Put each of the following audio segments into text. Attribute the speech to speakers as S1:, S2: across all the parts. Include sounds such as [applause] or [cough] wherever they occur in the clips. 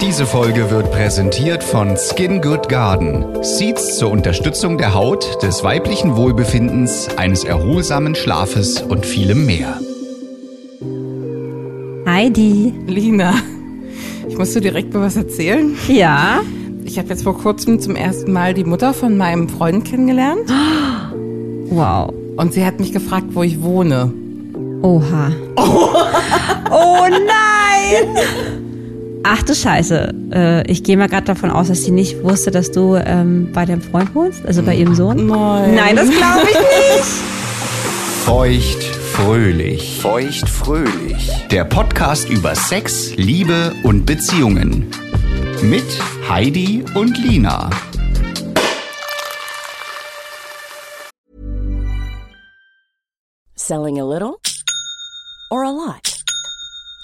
S1: Diese Folge wird präsentiert von Skin Good Garden. Seeds zur Unterstützung der Haut, des weiblichen Wohlbefindens, eines erholsamen Schlafes und vielem mehr.
S2: Heidi.
S3: Lina, ich muss dir direkt mal was erzählen.
S2: Ja.
S3: Ich habe jetzt vor kurzem zum ersten Mal die Mutter von meinem Freund kennengelernt
S2: Wow.
S3: und sie hat mich gefragt, wo ich wohne.
S2: [laughs] Oha. Oh, nein! Ach du Scheiße. Äh, ich gehe mal gerade davon aus, dass sie nicht wusste, dass du ähm, bei deinem Freund wohnst, also bei ihrem Sohn.
S3: Nein.
S2: Nein, das glaube ich nicht. [laughs]
S1: Feucht fröhlich. Feucht fröhlich. Der Podcast über Sex, Liebe und Beziehungen. Mit Heidi und Lina.
S4: Selling a little or a lot?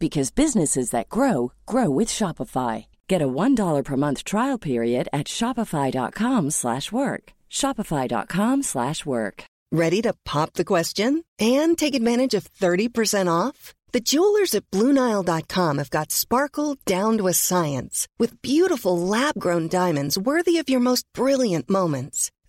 S4: because businesses that grow grow with Shopify. Get a $1 per month trial period at shopify.com/work. slash work. shopify.com/work. slash work.
S5: Ready to pop the question and take advantage of 30% off? The jewelers at Bluenile.com have got sparkle down to a science with beautiful lab grown diamonds worthy of your most brilliant moments.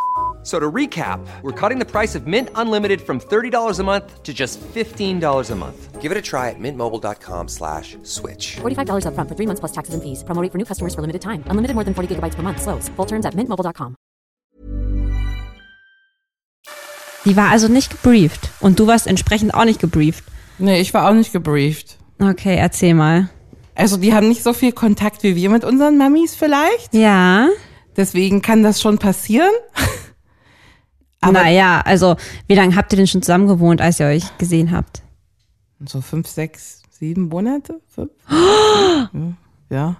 S6: a-" So to recap, we're cutting the price of Mint Unlimited from $30 a month to just $15 a month. Give it a try at mintmobile.com slash switch.
S7: $45 upfront for three months plus taxes and fees. Promo rate for new customers for limited time. Unlimited more than 40 gigabytes per month. Slows. Full terms at mintmobile.com.
S2: Die war also nicht gebrieft. Und du warst entsprechend auch nicht gebrieft.
S3: Nee, ich war auch nicht gebrieft.
S2: Okay, erzähl mal.
S3: Also die haben nicht so viel Kontakt wie wir mit unseren Mamis vielleicht.
S2: Ja.
S3: Deswegen kann das schon passieren. [laughs] Aber-
S2: naja, also wie lange habt ihr denn schon zusammen gewohnt, als ihr euch gesehen habt?
S3: So fünf, sechs, sieben Monate? Fünf? Ja.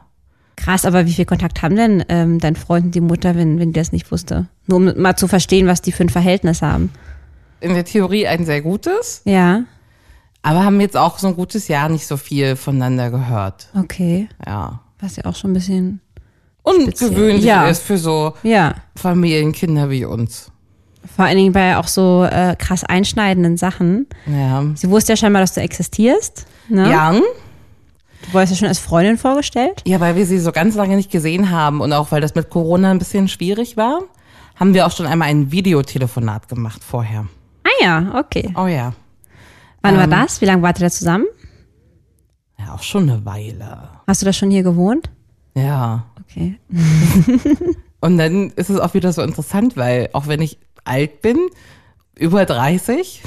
S2: Krass, aber wie viel Kontakt haben denn ähm, dein Freund und die Mutter, wenn, wenn die das nicht wusste? Nur um mal zu verstehen, was die für ein Verhältnis haben.
S3: In der Theorie ein sehr gutes,
S2: Ja,
S3: aber haben jetzt auch so ein gutes Jahr nicht so viel voneinander gehört.
S2: okay.
S3: Ja.
S2: Was ja auch schon ein bisschen.
S3: Ungewöhnlich
S2: Ja.
S3: ist für so
S2: Ja.
S3: Familienkinder wie uns.
S2: Vor allen Dingen bei auch so äh, krass einschneidenden Sachen.
S3: Ja.
S2: Sie wusste ja scheinbar, dass du existierst. Ne?
S3: Ja.
S2: Du wurdest ja schon als Freundin vorgestellt.
S3: ja, weil wir sie so ganz lange nicht gesehen haben und auch weil das mit Corona ein bisschen schwierig war, haben wir auch schon einmal ein Videotelefonat gemacht vorher.
S2: Ah ja, okay.
S3: Oh ja.
S2: Wann war das? Wie lange wart ihr da zusammen?
S3: Ja, auch schon eine Weile.
S2: Hast du da schon hier gewohnt?
S3: Ja.
S2: Okay.
S3: Und dann ist es auch wieder so interessant, weil auch wenn ich alt bin, über 30,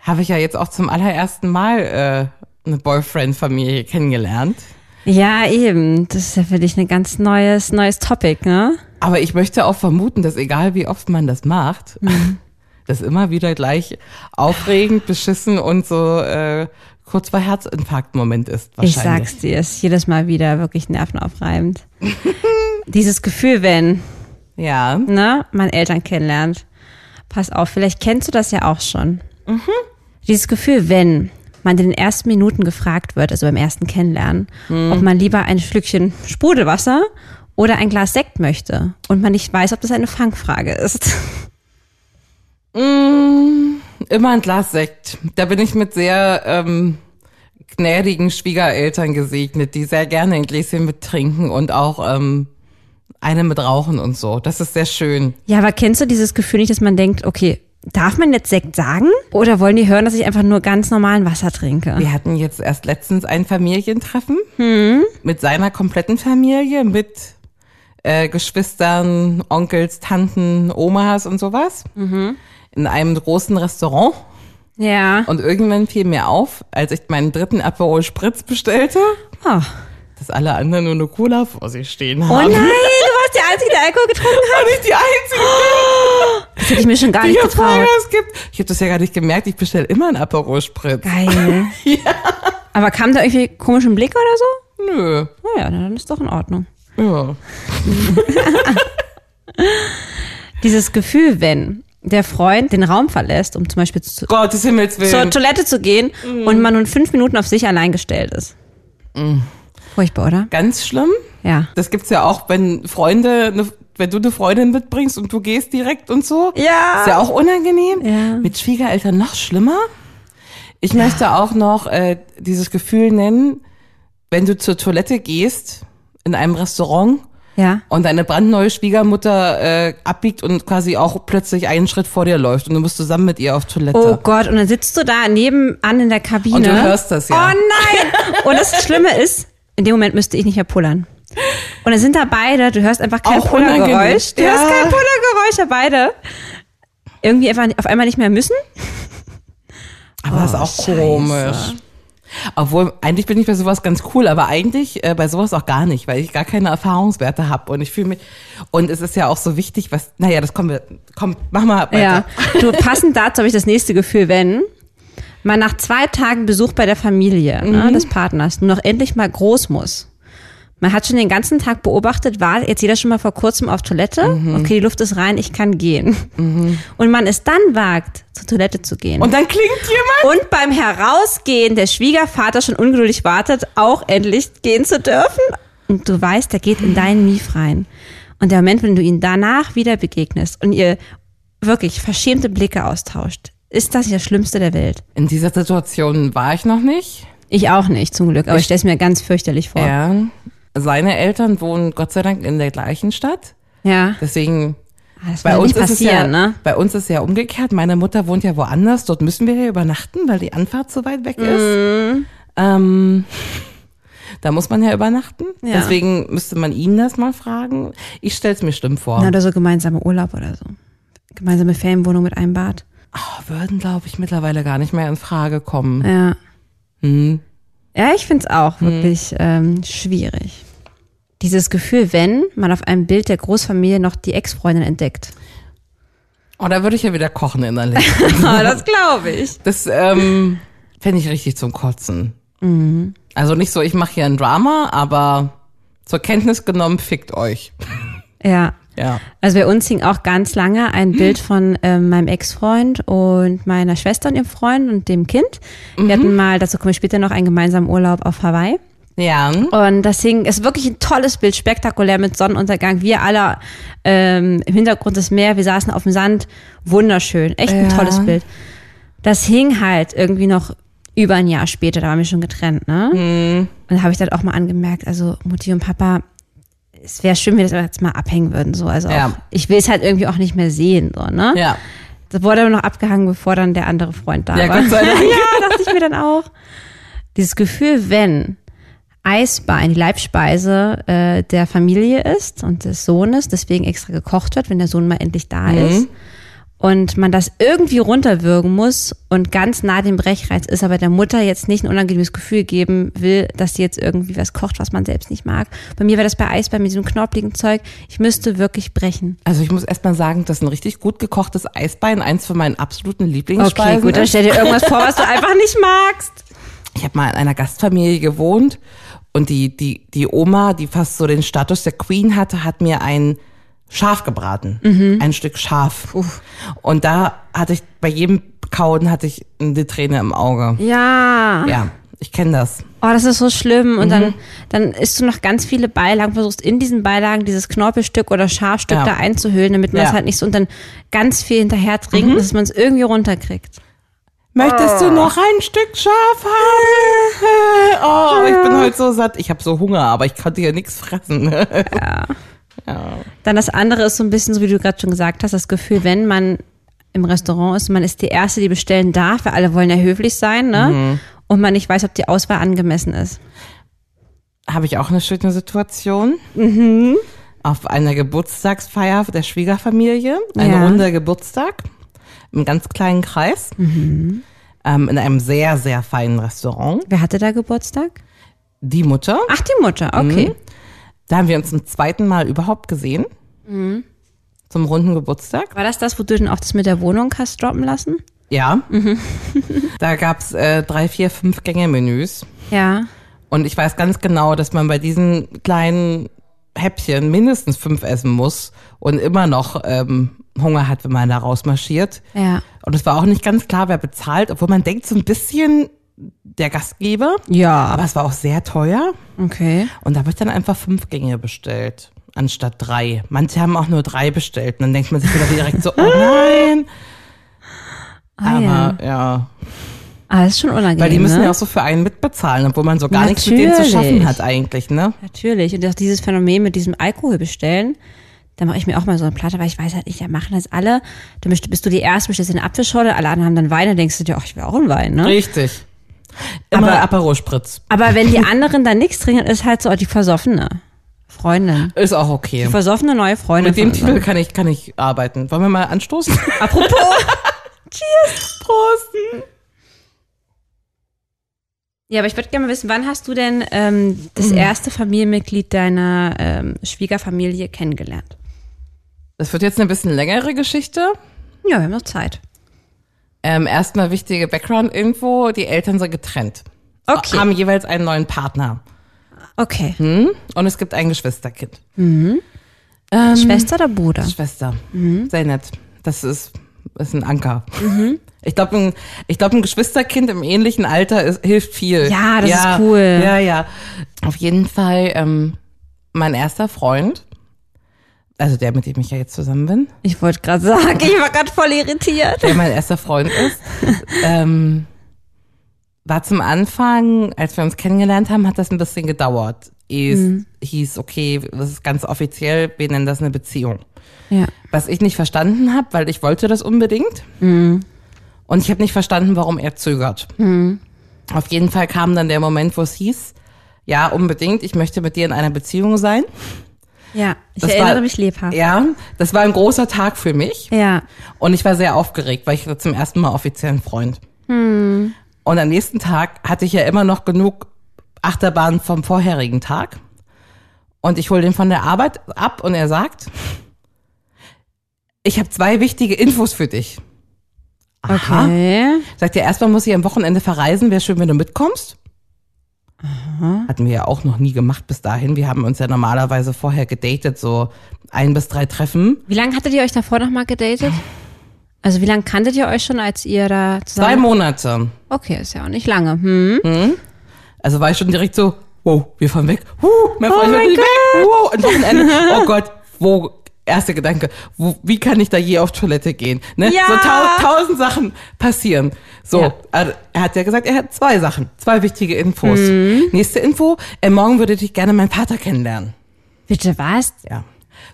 S3: habe ich ja jetzt auch zum allerersten Mal äh, eine Boyfriend-Familie kennengelernt.
S2: Ja, eben. Das ist ja für dich ein ganz neues, neues Topic, ne?
S3: Aber ich möchte auch vermuten, dass egal wie oft man das macht,
S2: Mhm.
S3: [laughs] das immer wieder gleich aufregend, beschissen und so äh, kurz vor Herzinfarkt-Moment ist
S2: Ich
S3: wahrscheinlich.
S2: sag's dir, ist jedes Mal wieder wirklich
S3: [laughs]
S2: nervenaufreibend. Dieses Gefühl, wenn,
S3: Ja,
S2: ne, man Eltern kennenlernt. Pass auf, vielleicht kennst du das ja auch schon.
S3: Mhm.
S2: Dieses Gefühl, wenn man in den ersten Minuten gefragt wird, also beim ersten Kennenlernen,
S3: Mhm.
S2: ob man lieber ein Schlückchen Sprudelwasser oder ein Glas Sekt möchte und man nicht weiß, ob das eine Fangfrage ist. [laughs]
S3: immer ein Glas Sekt. Da bin ich mit sehr ähm, gnädigen Schwiegereltern gesegnet, die sehr gerne ein Gläschen mit trinken und auch ähm, eine mit rauchen und so. Das ist sehr schön.
S2: Ja, aber kennst du dieses Gefühl nicht, dass man denkt, okay, Darf man jetzt Sekt sagen? Oder wollen die hören, dass ich einfach nur ganz normalen Wasser trinke?
S3: Wir hatten jetzt erst letztens ein Familientreffen
S2: Hm.
S3: mit seiner kompletten Familie, mit äh, Geschwistern, Onkels, Tanten, Omas und sowas.
S2: Mhm.
S3: In einem großen Restaurant.
S2: Ja.
S3: Und irgendwann fiel mir auf, als ich meinen dritten Aperol Spritz bestellte,
S2: Oh.
S3: dass alle anderen nur eine Cola vor sich stehen
S2: oh nein,
S3: haben.
S2: du warst der Einzige, der Alkohol getrunken hat.
S3: Und ich die Einzige,
S2: Das hätte ich mir schon Oh! gar
S3: die
S2: nicht
S3: hier
S2: getraut.
S3: Vollgas gibt. Ich habe das ja gar nicht gemerkt. Ich bestelle immer einen Aperol Spritz.
S2: Geil. Aber kam da irgendwie komischen Blick oder so?
S3: Nö.
S2: Naja, dann ist doch in Ordnung.
S3: Ja.
S2: Dieses Gefühl, wenn der Freund den Raum verlässt, um zum Beispiel zu,
S3: Gottes Himmels
S2: zur
S3: Willen.
S2: Toilette zu gehen und man nun fünf Minuten auf sich allein gestellt ist. Furchtbar, oder?
S3: Ganz schlimm.
S2: Ja.
S3: Das gibt's ja auch, wenn Freunde, ne, wenn du eine Freundin mitbringst und du gehst direkt und so.
S2: Ja.
S3: Ist ja auch unangenehm.
S2: Ja.
S3: Mit Schwiegereltern noch schlimmer. Ich möchte auch noch äh, dieses Gefühl nennen, wenn du zur Toilette gehst in einem Restaurant
S2: Ja.
S3: und deine brandneue Schwiegermutter äh, abbiegt und quasi auch plötzlich einen Schritt vor dir läuft und du musst zusammen mit ihr auf Toilette.
S2: Oh Gott, und dann sitzt du da nebenan in der Kabine.
S3: Und du hörst das, ja.
S2: Oh nein! Und das Schlimme ist, in dem Moment müsste ich nicht mehr pullern. Und dann sind da beide, du hörst einfach kein
S3: Auch unangenehm.
S2: Pullergeräusch. Du hörst
S3: Ja.
S2: kein Pullergeräusch, ja beide. Irgendwie einfach auf einmal nicht mehr müssen.
S3: Aber ist auch
S2: Ah, Scheiße.
S3: komisch. Obwohl, eigentlich bin ich bei sowas ganz cool, aber eigentlich äh, bei sowas auch gar nicht, weil ich gar keine Erfahrungswerte habe und ich fühle mich. Und es ist ja auch so wichtig, was. Naja, das kommen wir. Komm, mach mal weiter.
S2: Ja. Du, passend dazu habe ich das nächste Gefühl, wenn man nach zwei Tagen Besuch bei der Familie ne, des Partners nur noch endlich mal groß muss. Man hat schon den ganzen Tag beobachtet, war jetzt jeder schon mal vor kurzem auf Toilette? Okay, die Luft ist rein, ich kann gehen. Und man es dann wagt, zur Toilette zu gehen.
S3: Und dann klingt jemand.
S2: Und beim Herausgehen der Schwiegervater schon ungeduldig wartet, auch endlich gehen zu dürfen. Und du weißt, der geht in deinen Mief rein. Und der Moment, wenn du ihn danach wieder begegnest und ihr wirklich verschämte Blicke austauscht, ist das das Schlimmste der Welt.
S3: In dieser Situation war ich noch nicht.
S2: Ich auch nicht, zum Glück, aber ich stelle es mir ganz fürchterlich vor.
S3: Ja. Seine Eltern wohnen Gott sei Dank in der gleichen Stadt.
S2: Ja.
S3: Deswegen.
S2: Ah, Das wird nicht
S3: es ja,
S2: passieren, ne?
S3: bei uns ist ja umgekehrt. Meine Mutter wohnt ja woanders. Dort müssen wir ja übernachten, weil die Anfahrt so weit weg ist.
S2: Mhm.
S3: Ähm, da muss man ja übernachten.
S2: Ja.
S3: Deswegen müsste man ihn das mal fragen. Ich stell's mir schlimm vor.
S2: Na, oder so gemeinsame Urlaub oder so. Gemeinsame Ferienwohnung mit einem Bad.
S3: Oh, würden, glaube ich, mittlerweile gar nicht mehr in Frage kommen.
S2: Ja. Hm. Ja, ich find's auch wirklich ähm, schwierig. Dieses Gefühl, wenn man auf einem Bild der Großfamilie noch die Ex-Freundin [laughs] entdeckt.
S3: Oh, da würde ich ja wieder kochen innerlich.
S2: [laughs] Ah, das glaube ich.
S3: Das ähm, fände ich richtig zum Kotzen.
S2: Mhm.
S3: Also nicht so, ich mache hier ein Drama, aber zur Kenntnis genommen, fickt euch.
S2: Ja.
S3: Ja.
S2: Also bei uns hing auch ganz lange ein Bild von ähm, meinem Ex-Freund und meiner Schwester und ihrem Freund und dem Kind. Wir hatten mal, dazu komme ich später noch, einen gemeinsamen Urlaub auf Hawaii.
S3: Ja.
S2: Und das hing, ist wirklich ein tolles Bild, spektakulär mit Sonnenuntergang. Wir alle ähm, im Hintergrund das Meer, wir saßen auf dem Sand, wunderschön, echt ein
S3: Ja.
S2: tolles Bild. Das hing halt irgendwie noch über ein Jahr später, da waren wir schon getrennt, ne?
S3: Mhm.
S2: Und da habe ich dann auch mal angemerkt, also Mutti und Papa, es wäre schön, wenn wir das jetzt mal abhängen würden, so. Also
S3: Ja.
S2: auch, ich will es halt irgendwie auch nicht mehr sehen, so, ne?
S3: Ja.
S2: Das wurde aber noch abgehangen, bevor dann der andere Freund da
S3: Ja,
S2: war.
S3: Gott sei Dank.
S2: ja, dachte ich mir dann auch. Dieses Gefühl, wenn Eisbein die Leibspeise äh, der Familie ist und des Sohnes, deswegen extra gekocht wird, wenn der Sohn mal endlich da ist. Und man das irgendwie runterwürgen muss und ganz nah dem Brechreiz ist, aber der Mutter jetzt nicht ein unangenehmes Gefühl geben will, dass sie jetzt irgendwie was kocht, was man selbst nicht mag. Bei mir war das bei Eisbein mit diesem knorpeligen Zeug. Ich müsste wirklich brechen.
S3: Also ich muss erst mal sagen, dass ein richtig gut gekochtes Eisbein eins von meinen absoluten Lieblingsspeisen
S2: Okay, gut, dann
S3: ist.
S2: stell dir irgendwas vor, was du einfach nicht magst.
S3: Ich habe mal in einer Gastfamilie gewohnt und die, die, die Oma, die fast so den Status der Queen hatte, hat mir ein Schaf gebraten.
S2: Mhm.
S3: Ein Stück Schaf. Und da hatte ich, bei jedem Kauen hatte ich eine Träne im Auge.
S2: Ja.
S3: Ja, ich kenne das.
S2: Oh, das ist so schlimm. Und
S3: Mhm.
S2: dann, dann isst du noch ganz viele Beilagen, versuchst in diesen Beilagen dieses Knorpelstück oder Schafstück
S3: Ja.
S2: da einzuhüllen, damit man
S3: Ja. Mhm.
S2: das halt nicht so und dann ganz viel hinterher trinken, dass man es irgendwie runterkriegt.
S3: Möchtest
S2: Oh.
S3: du noch ein Stück Schaf
S2: [laughs]
S3: haben? Oh, aber ich bin heute so satt. Ich habe so Hunger, aber ich konnte hier nichts fressen.
S2: Dann das andere ist so ein bisschen, so wie du gerade schon gesagt hast, das Gefühl, wenn man im Restaurant ist, man ist die Erste, die bestellen darf, weil alle wollen ja höflich sein, ne?
S3: Mhm.
S2: Und man nicht weiß, ob die Auswahl angemessen ist.
S3: Habe ich auch eine schöne Situation. Auf einer Geburtstagsfeier der Schwiegerfamilie, eine
S2: Ja.
S3: Runde Geburtstag, im ganz kleinen Kreis, ähm, in einem sehr, sehr feinen Restaurant.
S2: Wer hatte da Geburtstag?
S3: Die Mutter,
S2: Ach, die Mutter, okay.
S3: Mhm. da haben wir uns zum zweiten Mal überhaupt gesehen, zum runden Geburtstag.
S2: War das das, wo du denn auch das mit der Wohnung hast droppen lassen?
S3: Ja. da gab's äh, drei, vier, fünf Gänge-Menüs.
S2: Ja.
S3: Und ich weiß ganz genau, dass man bei diesen kleinen Häppchen mindestens fünf essen muss und immer noch ähm, Hunger hat, wenn man da rausmarschiert.
S2: Ja.
S3: Und es war auch nicht ganz klar, wer bezahlt, obwohl man denkt, so ein bisschen der Gastgeber.
S2: Ja.
S3: Aber es war auch sehr teuer.
S2: Okay.
S3: Und da habe ich dann einfach fünf Gänge bestellt, anstatt drei. Manche haben auch nur drei bestellt. Und dann denkt man sich wieder direkt so, oh nein.
S2: Ah, ja.
S3: Aber ja.
S2: Aber Ah, das ist schon unangenehm.
S3: Weil die müssen
S2: ne?
S3: ja auch so für einen mitbezahlen, obwohl man so gar nichts mit denen zu
S2: Natürlich.
S3: schaffen hat eigentlich, ne?
S2: Natürlich. Und auch dieses Phänomen mit diesem Alkohol bestellen, da mache ich mir auch mal so eine Platte, weil ich weiß halt nicht, ja, machen das alle. Dann bist, bist du die Erste, bestellst eine Apfelschorle, alle anderen haben dann Wein, dann denkst du dir, ach, ich will auch einen Wein, ne?
S3: Richtig. Immer
S2: Aber-
S3: Aperol Spritz.
S2: Aber wenn die anderen dann nichts trinken, ist halt so die versoffene Freundin.
S3: Ist auch
S2: Die
S3: okay.
S2: versoffene neue Freundin.
S3: Mit dem
S2: von
S3: Titel
S2: uns.
S3: kann ich, kann ich arbeiten. Wollen wir mal anstoßen?
S2: Apropos.
S3: Prost!
S2: Ja, aber ich würde gerne mal wissen, wann hast du denn ähm, das erste Familienmitglied deiner ähm, Schwiegerfamilie kennengelernt?
S3: Das wird jetzt eine bisschen längere Geschichte.
S2: Ja, wir haben noch Zeit.
S3: Ähm, erstmal wichtige Background-Info. Die Eltern sind getrennt.
S2: Okay.
S3: Haben jeweils einen neuen Partner.
S2: Okay.
S3: Mhm. Und es gibt ein Geschwisterkind.
S2: Schwester oder Bruder?
S3: Schwester.
S2: Mhm.
S3: Sehr nett. Das ist, ist ein Anker. [laughs] Ich glaube, ein, ich glaub, ein Geschwisterkind im ähnlichen Alter ist, hilft viel.
S2: Ja, das ist cool.
S3: Ja, ja. Auf jeden Fall ähm, mein erster Freund, also der, mit dem ich ja jetzt zusammen bin,
S2: Ich wollte gerade sagen, ich war gerade voll irritiert.
S3: der mein erster Freund
S2: [laughs]
S3: ist, ähm, war zum Anfang, als wir uns kennengelernt haben, hat das ein bisschen gedauert. Es
S2: Mhm.
S3: hieß, okay, das ist ganz offiziell, wir nennen das eine Beziehung.
S2: Ja.
S3: Was ich nicht verstanden habe, weil ich wollte das unbedingt.
S2: Mhm.
S3: Und ich habe nicht verstanden, warum er zögert. Auf jeden Fall kam dann der Moment, wo es hieß, ja, unbedingt, ich möchte mit dir in einer Beziehung sein.
S2: Ja, ich
S3: Das
S2: erinnere
S3: war-
S2: mich lebhaft.
S3: Ja, das war ein großer Tag für mich.
S2: Ja.
S3: Und ich war sehr aufgeregt, weil ich hatte zum ersten Mal offiziellen Freund. Und am nächsten Tag hatte ich ja immer noch genug Achterbahn vom vorherigen Tag. Und ich hole den von der Arbeit ab und er sagt, ich habe zwei wichtige Infos für dich. Aha.
S2: Okay.
S3: Sagt er, erstmal muss ich am Wochenende verreisen, wäre schön, wenn du mitkommst. Hatten wir ja auch noch nie gemacht bis dahin. Wir haben uns ja normalerweise vorher gedatet, so ein bis drei Treffen.
S2: Wie lange hattet ihr euch davor nochmal gedatet? Also wie lange kanntet ihr euch schon, als ihr da zusammen...
S3: Zwei Monate.
S2: Okay, ist ja auch nicht lange. Hm.
S3: Also war ich schon direkt so, wow, wir fahren weg. Huh, mein Freund wird
S2: Oh mein
S3: nicht weg. Wow,
S2: [laughs]
S3: ein Wochenende. Oh Gott, wo, erster Gedanke, wo, wie kann ich da je auf Toilette gehen? Ne?
S2: Ja.
S3: So taus, tausend Sachen passieren. So,
S2: Ja.
S3: er, er hat ja gesagt, er hat zwei Sachen, zwei wichtige Infos.
S2: Mhm.
S3: Nächste Info, äh, morgen würde ich gerne meinen Vater kennenlernen.
S2: Bitte was?
S3: Ja.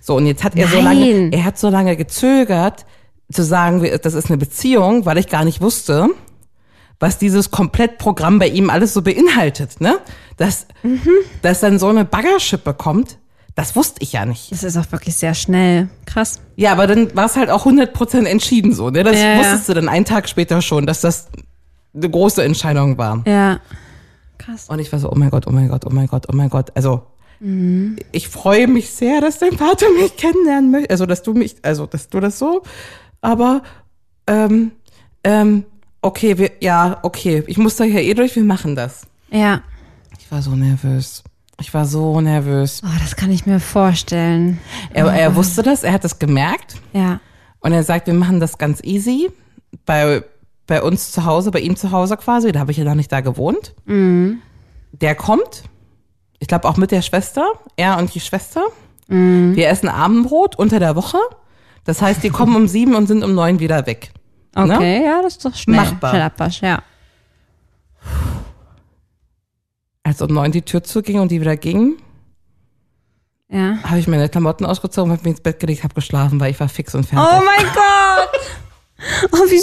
S3: So, und jetzt hat er so
S2: Nein.
S3: lange, er hat so lange gezögert, zu sagen, wir- das ist eine Beziehung, weil ich gar nicht wusste, was dieses Komplettprogramm bei ihm alles so beinhaltet, ne? Dass, dass dann so eine Baggerschippe kommt, das wusste ich ja nicht.
S2: Das ist auch wirklich sehr schnell. Krass.
S3: Ja, aber dann war es halt auch 100% entschieden so, ne? Das
S2: Ja, ja.
S3: wusstest du dann einen Tag später schon, dass das eine große Entscheidung war.
S2: Ja. Krass.
S3: Und ich war so, oh mein Gott, oh mein Gott, oh mein Gott, oh mein Gott. Also, ich freue mich sehr, dass dein Vater [laughs] mich kennenlernen möchte. Also, dass du mich, also, dass du das so. Aber, ähm, ähm, okay, wir, ja, okay, ich muss da ja eh durch, wir machen das.
S2: Ja.
S3: Ich war so nervös. Ich war so nervös.
S2: Oh, das kann ich mir vorstellen.
S3: Er, er wusste das, er hat das gemerkt.
S2: Ja.
S3: Und er sagt, wir machen das ganz easy. Bei, bei uns zu Hause, bei ihm zu Hause quasi, da habe ich ja noch nicht da gewohnt.
S2: Mhm.
S3: Der kommt, ich glaube auch mit der Schwester, er und die Schwester.
S2: Mhm.
S3: Wir essen Abendbrot unter der Woche. Das heißt, die kommen um sieben und sind um neun wieder weg. Ne?
S2: Okay, ja, das ist doch schnell.
S3: Machbar.
S2: Schnell abwasch, ja.
S3: Als um neun die Tür zuging und die wieder ging,
S2: Ja.
S3: habe ich meine Klamotten ausgezogen, habe mich ins Bett gelegt, habe geschlafen, weil ich war fix und fertig.
S2: Oh mein Oh Gott! [laughs] Oh, wie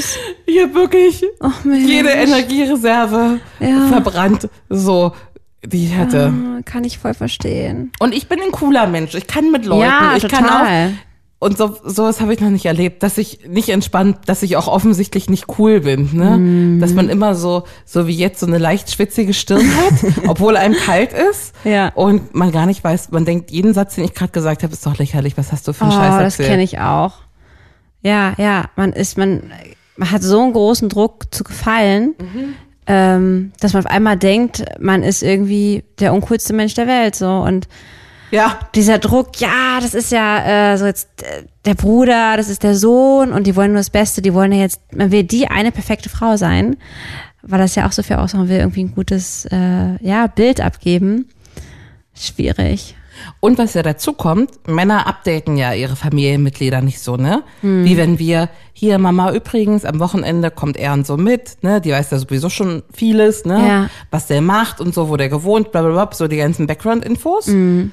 S2: süß.
S3: Ich habe wirklich
S2: Oh, Mensch.
S3: jede Energiereserve
S2: Ja.
S3: verbrannt, so die ich hatte.
S2: Ah, Kann ich voll verstehen.
S3: Und ich bin ein cooler Mensch. Ich kann mit Leuten.
S2: ja,
S3: ich
S2: total.
S3: kann auch. Und so, sowas habe ich noch nicht erlebt, dass ich nicht entspannt, dass ich auch offensichtlich nicht cool bin. Ne?
S2: Mhm.
S3: Dass man immer so, so wie jetzt, so eine leicht schwitzige Stirn
S2: [laughs]
S3: hat, obwohl einem kalt ist.
S2: Ja.
S3: Und man gar nicht weiß, man denkt, jeden Satz, den ich gerade gesagt habe, ist doch lächerlich. Was hast du für einen Scheiß
S2: oh, das
S3: erzählt?
S2: kenne ich auch. Ja, ja, man ist, man, man hat so einen großen Druck zu gefallen,
S3: Mhm.
S2: ähm, dass man auf einmal denkt, man ist irgendwie der uncoolste Mensch der Welt, so. Und
S3: Ja.
S2: dieser Druck, ja, das ist ja äh, so jetzt äh, der Bruder, das ist der Sohn und die wollen nur das Beste, die wollen ja jetzt, man will die eine perfekte Frau sein, weil das ja auch so viel ausmacht, man will irgendwie ein gutes äh, ja, Bild abgeben. Schwierig.
S3: Und was ja dazu kommt, Männer updaten ja ihre Familienmitglieder nicht so, ne? Wie wenn wir, hier Mama übrigens, am Wochenende kommt er und so mit, ne? Die weiß ja sowieso schon vieles, ne?
S2: Ja.
S3: Was der macht und so, wo der gewohnt, bla bla bla, so die ganzen Background-Infos. Und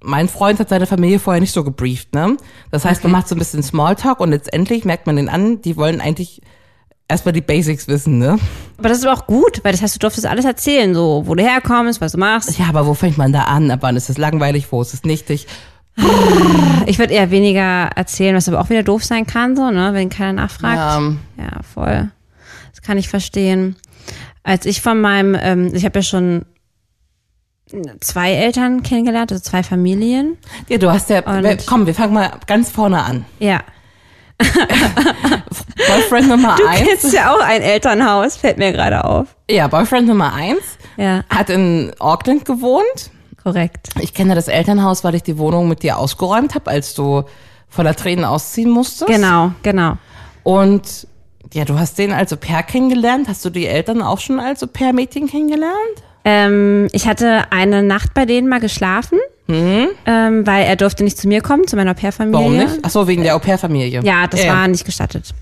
S3: mein Freund hat seine Familie vorher nicht so gebrieft, ne? Das heißt, man macht so ein bisschen Smalltalk und letztendlich merkt man den an, die wollen eigentlich erstmal die Basics wissen, ne?
S2: Aber das ist aber auch gut, weil das heißt, du durftest alles erzählen, so wo du herkommst, was du machst.
S3: Ja, aber wo fängt man da an? Ab wann ist es langweilig? Wo ist es nichtig?
S2: Ich würde eher weniger erzählen, was aber auch wieder doof sein kann, so, ne, wenn keiner nachfragt.
S3: Ähm,
S2: Ja, voll. Das kann ich verstehen. Als ich von meinem, ähm, ich habe ja schon zwei Eltern kennengelernt, also zwei Familien.
S3: Ja, du hast ja.
S2: Und-
S3: komm, wir fangen mal ganz vorne an.
S2: Ja. [laughs]
S3: Boyfriend Nummer eins.
S2: Jetzt ist ja auch ein Elternhaus, fällt mir gerade auf.
S3: Ja, Boyfriend Nummer eins
S2: Ja,
S3: hat in Auckland gewohnt.
S2: korrekt.
S3: Ich kenne das Elternhaus, weil ich die Wohnung mit dir ausgeräumt habe, als du voller Tränen ausziehen musstest.
S2: Genau, genau.
S3: Und ja, du hast den als Au pair kennengelernt. Hast du die Eltern auch schon als Au pair Mädchen kennengelernt?
S2: Ähm, ich hatte eine Nacht bei denen mal geschlafen, ähm, weil er durfte nicht zu mir kommen, zu meiner Au-pair-Familie.
S3: Mhm. Warum nicht? Ach so, wegen der Au pair Familie.
S2: Ja, das war nicht gestattet.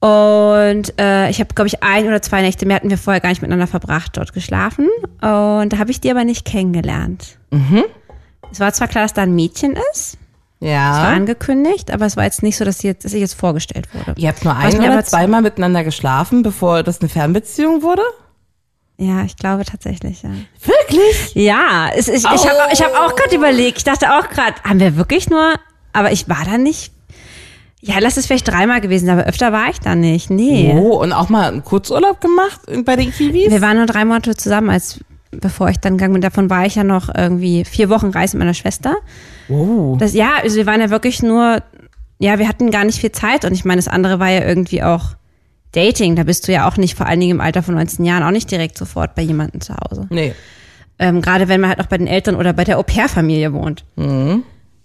S2: Und äh, ich habe, glaube ich, ein oder zwei Nächte mehr hatten wir vorher gar nicht miteinander verbracht, dort geschlafen. Und da habe ich die aber nicht kennengelernt.
S3: Mhm.
S2: Es war zwar klar, dass da ein Mädchen ist, war
S3: Ja.
S2: angekündigt, aber es war jetzt nicht so, dass, sie jetzt, dass ich jetzt vorgestellt wurde.
S3: Ihr habt nur
S2: Was
S3: ein
S2: mir
S3: oder
S2: aber-
S3: zweimal miteinander geschlafen, bevor das eine Fernbeziehung wurde?
S2: Ja, ich glaube tatsächlich, ja.
S3: Wirklich?
S2: Ja, es, ich, ich habe ich hab auch gerade überlegt, ich dachte auch gerade, haben wir wirklich nur, aber ich war da nicht. Ja, lass es vielleicht dreimal gewesen, sein, aber öfter war ich da nicht. Nee.
S3: Oh, und auch mal einen Kurzurlaub gemacht bei den Kiwis?
S2: Wir waren nur drei Monate zusammen, als bevor ich dann gegangen bin. Davon war ich ja noch irgendwie vier Wochen reisen mit meiner Schwester. Oh. Das, ja, also wir waren ja wirklich nur, ja, wir hatten gar nicht viel Zeit und ich meine, das andere war ja irgendwie auch Dating. Da bist du ja auch nicht, vor allen Dingen im Alter von 19 Jahren, auch nicht direkt sofort bei jemandem zu Hause.
S3: nee.
S2: Ähm, gerade wenn man halt auch bei den Eltern oder bei der Au-pair-Familie wohnt.
S3: Mhm.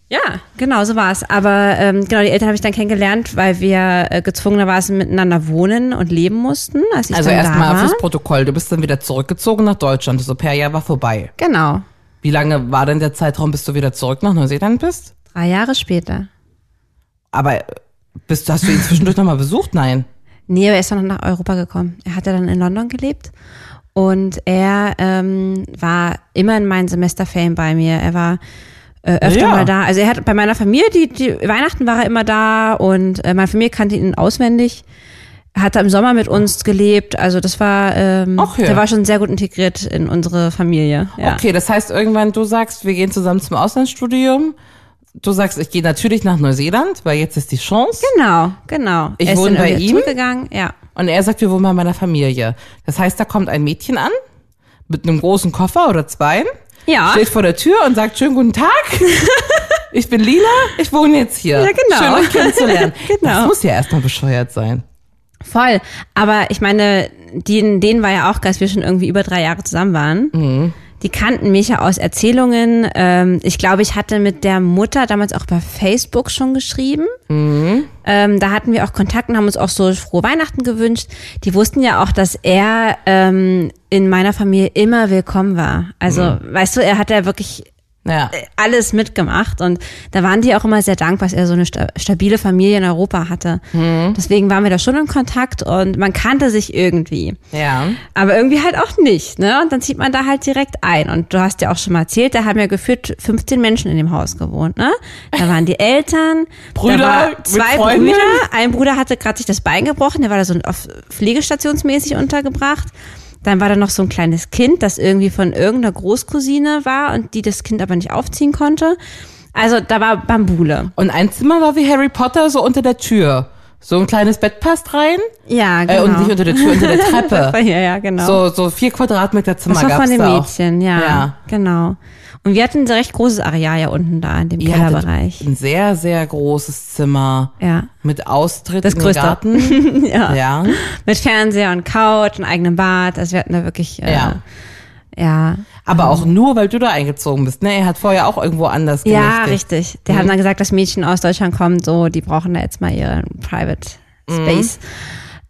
S2: Ja, genau, so war es. Aber ähm, genau, die Eltern habe ich dann kennengelernt, weil wir äh, gezwungenermaßen miteinander wohnen und leben mussten. Als ich
S3: Also
S2: dann da
S3: erstmal
S2: war.
S3: fürs Protokoll, du bist dann wieder zurückgezogen nach Deutschland. Das Au-pair-Jahr war vorbei.
S2: Genau.
S3: Wie lange war denn der Zeitraum, bis du wieder zurück nach Neuseeland bist?
S2: Drei Jahre später.
S3: Aber äh, bist, hast du ihn zwischendurch nochmal besucht? Nein.
S2: Nee, aber er ist dann nach Europa gekommen. Er hat ja dann in London gelebt und er ähm, war immer in meinen Semesterferien bei mir. Er war äh, öfter
S3: Ja.
S2: mal da. Also er hat bei meiner Familie, die, die Weihnachten war er immer da und äh, meine Familie kannte ihn auswendig. Er hat da im Sommer mit uns gelebt. Also das war, ähm,
S3: Ach ja.
S2: der war schon sehr gut integriert in unsere Familie. Ja.
S3: Okay, das heißt irgendwann, du sagst, wir gehen zusammen zum Auslandsstudium. Du sagst, ich gehe natürlich nach Neuseeland, weil jetzt ist die Chance.
S2: Genau, genau.
S3: Ich
S2: er ist
S3: wohne
S2: dann
S3: bei
S2: irgendwie
S3: ihm?
S2: zurückgegangen. Ja.
S3: Und er sagt, wir wohnen bei meiner Familie. Das heißt, da kommt ein Mädchen an mit einem großen Koffer oder zwei,
S2: Ja.
S3: steht vor der Tür und sagt, schönen guten Tag. Ich bin Lila, ich wohne jetzt hier.
S2: Ja, genau.
S3: Schön,
S2: [laughs]
S3: euch kennenzulernen.
S2: Genau.
S3: Das muss ja erstmal bescheuert sein.
S2: Voll. Aber ich meine, denen, denen war ja auch geil, dass wir schon irgendwie über drei Jahre zusammen waren. Die kannten mich ja aus Erzählungen. Ähm, ich glaube, ich hatte mit der Mutter damals auch bei Facebook schon geschrieben. Ähm, da hatten wir auch Kontakt und haben uns auch so frohe Weihnachten gewünscht. Die wussten ja auch, dass er ähm, in meiner Familie immer willkommen war. Also, weißt du, er hat ja wirklich
S3: Ja.
S2: alles mitgemacht und da waren die auch immer sehr dankbar, dass er so eine sta stabile Familie in Europa hatte. Deswegen waren wir da schon in Kontakt und man kannte sich irgendwie.
S3: Ja.
S2: Aber irgendwie halt auch nicht, ne? Und dann zieht man da halt direkt ein. Und du hast ja auch schon mal erzählt, da haben ja geführt 15 Menschen in dem Haus gewohnt, ne? Da waren die Eltern,
S3: Brüder
S2: da war
S3: mit
S2: zwei
S3: Freunden.
S2: Brüder. Ein Bruder hatte gerade sich das Bein gebrochen, der war da so auf pflegestationsmäßig untergebracht. Dann war da noch so ein kleines Kind, das irgendwie von irgendeiner Großcousine war und die das Kind aber nicht aufziehen konnte. Also da war Bambule.
S3: Und ein Zimmer war wie Harry Potter, so unter der Tür. So ein kleines Bett passt rein.
S2: Ja,
S3: Äh,
S2: genau.
S3: und nicht unter der Tür, unter der Treppe.
S2: ja, ja, [laughs] genau.
S3: So, so vier Quadratmeter Zimmer
S2: Das war
S3: gab's
S2: von dem
S3: da auch.
S2: Mädchen, ja,
S3: Ja.
S2: Genau. Und wir hatten ein recht großes Areal ja unten da in dem
S3: Ihr hattet
S2: Kellerbereich.
S3: Ein sehr, sehr großes Zimmer.
S2: Ja.
S3: Mit Austritt
S2: Das
S3: in
S2: größte.
S3: den
S2: [laughs]
S3: Garten.
S2: ja.
S3: ja.
S2: Mit Fernseher und Couch und eigenem Bad. Also wir hatten da wirklich, äh, ja.
S3: Ja.
S2: Ja,
S3: Aber auch nur, weil du da eingezogen bist. Ne, er hat vorher auch irgendwo anders
S2: ja
S3: genächtigt.
S2: richtig. Die
S3: Mhm.
S2: haben dann gesagt, dass Mädchen aus Deutschland kommen, so, die brauchen da jetzt mal ihren Private
S3: Mhm.
S2: Space.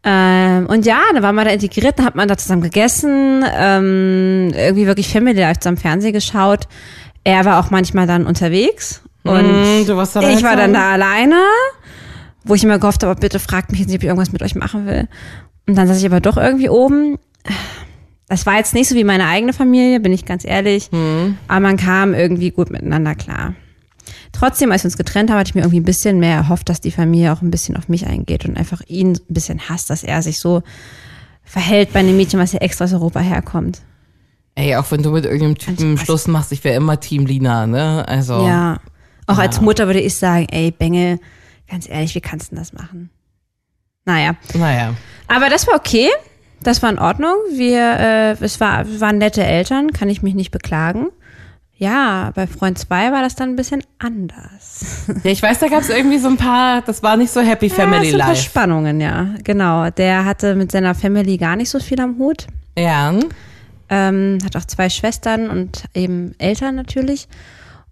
S2: Ähm, und ja, dann waren wir da integriert, dann hat man da zusammen gegessen, ähm, irgendwie wirklich Family Life zusammen Fernsehen geschaut. Er war auch manchmal dann unterwegs und
S3: Mhm, du warst da
S2: Ich war dann
S3: reingezogen?
S2: da alleine, wo ich immer gehofft habe, bitte fragt mich jetzt nicht, ob ich irgendwas mit euch machen will. Und dann saß ich aber doch irgendwie oben. Das war jetzt nicht so wie meine eigene Familie, bin ich ganz ehrlich. Aber man kam irgendwie gut miteinander klar. Trotzdem, als wir uns getrennt haben, hatte ich mir irgendwie ein bisschen mehr erhofft, dass die Familie auch ein bisschen auf mich eingeht und einfach ihn ein bisschen hasst, dass er sich so verhält bei einem Mädchen, was ja extra aus Europa herkommt.
S3: Ey, auch wenn du mit irgendeinem Typen Schluss machst, ich wäre immer Team Lina, ne? Also.
S2: Oh. Ja. Auch als Mutter würde ich sagen, ey, Bengel, ganz ehrlich, wie kannst du denn das machen? Naja.
S3: Naja.
S2: Aber das war okay. Das war in Ordnung. Wir, äh, es war, wir waren nette Eltern, kann ich mich nicht beklagen. Ja, bei Freund 2 war das dann ein bisschen anders.
S3: Ja, ich weiß, da gab es irgendwie so ein paar, das war nicht so Happy Family
S2: ja, so ein paar
S3: Life.
S2: Spannungen, ja. Genau. Der hatte mit seiner Family gar nicht so viel am Hut.
S3: Ja.
S2: ähm, hat auch zwei Schwestern und eben Eltern natürlich.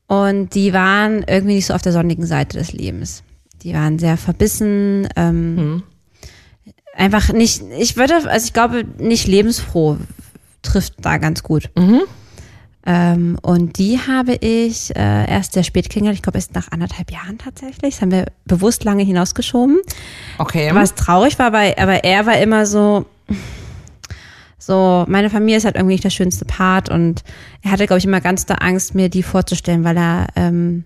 S2: Und die waren irgendwie nicht so auf der sonnigen Seite des Lebens. Die waren sehr verbissen, ähm, einfach nicht, ich würde, also ich glaube, nicht lebensfroh trifft da ganz gut. Ähm, und die habe ich äh, erst sehr spät kennengelernt, ich glaube erst nach anderthalb Jahren tatsächlich. Das haben wir bewusst lange hinausgeschoben.
S3: Okay.
S2: Was traurig war, weil, aber er war immer so, so, meine Familie ist halt irgendwie nicht der schönste Part und er hatte, glaube ich, immer ganz da Angst, mir die vorzustellen, weil er ähm,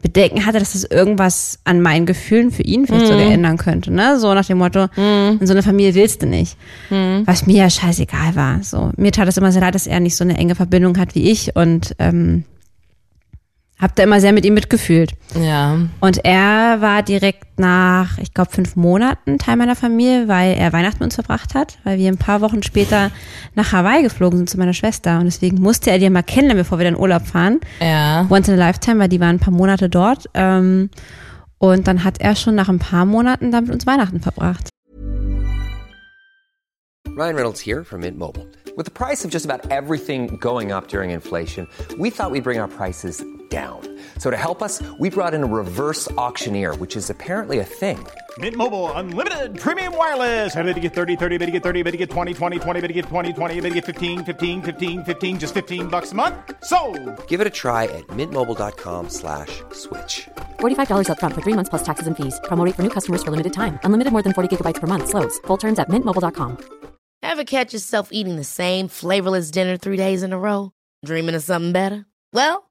S2: Bedenken hatte, dass das irgendwas an meinen Gefühlen für ihn vielleicht sogar ändern könnte, ne? So nach dem Motto, in so eine Familie willst du nicht. Was mir ja scheißegal war. So, mir tat es immer sehr leid, dass er nicht so eine enge Verbindung hat wie ich und ähm, hab da immer sehr mit ihm mitgefühlt.
S3: Ja.
S2: Und er war direkt nach, ich glaube, fünf Monaten Teil meiner Familie, weil er Weihnachten mit uns verbracht hat, weil wir ein paar Wochen später nach Hawaii geflogen sind zu meiner Schwester. Und deswegen musste er die mal kennenlernen, bevor wir dann in Urlaub fahren.
S3: Ja.
S2: Once in a Lifetime, weil die waren ein paar Monate dort. Ähm, und dann hat er schon nach ein paar Monaten dann mit uns Weihnachten verbracht.
S6: Ryan Reynolds here from Mint Mobile. With the price of just about everything going up during inflation, we thought we'd bring our prices down. So to help us, we brought in a reverse auctioneer, which is apparently a thing.
S8: Mint Mobile unlimited premium wireless. Ready to get 30, 30, bit to get 30, bit to get 20, 20, 20, bit to get 20, 20, bit to get 15, 15, 15, 15 just 15 bucks a month. Sold.
S6: Give it a try at mintmobile.com slash switch.
S7: $45 upfront for three months plus taxes and fees. Promo rate for new customers for limited time. Unlimited more than 40 gigabytes per month. Slows. Full terms at mintmobile.com.
S9: Ever catch yourself eating the same flavorless dinner three days in a row? Dreaming of something better? Well,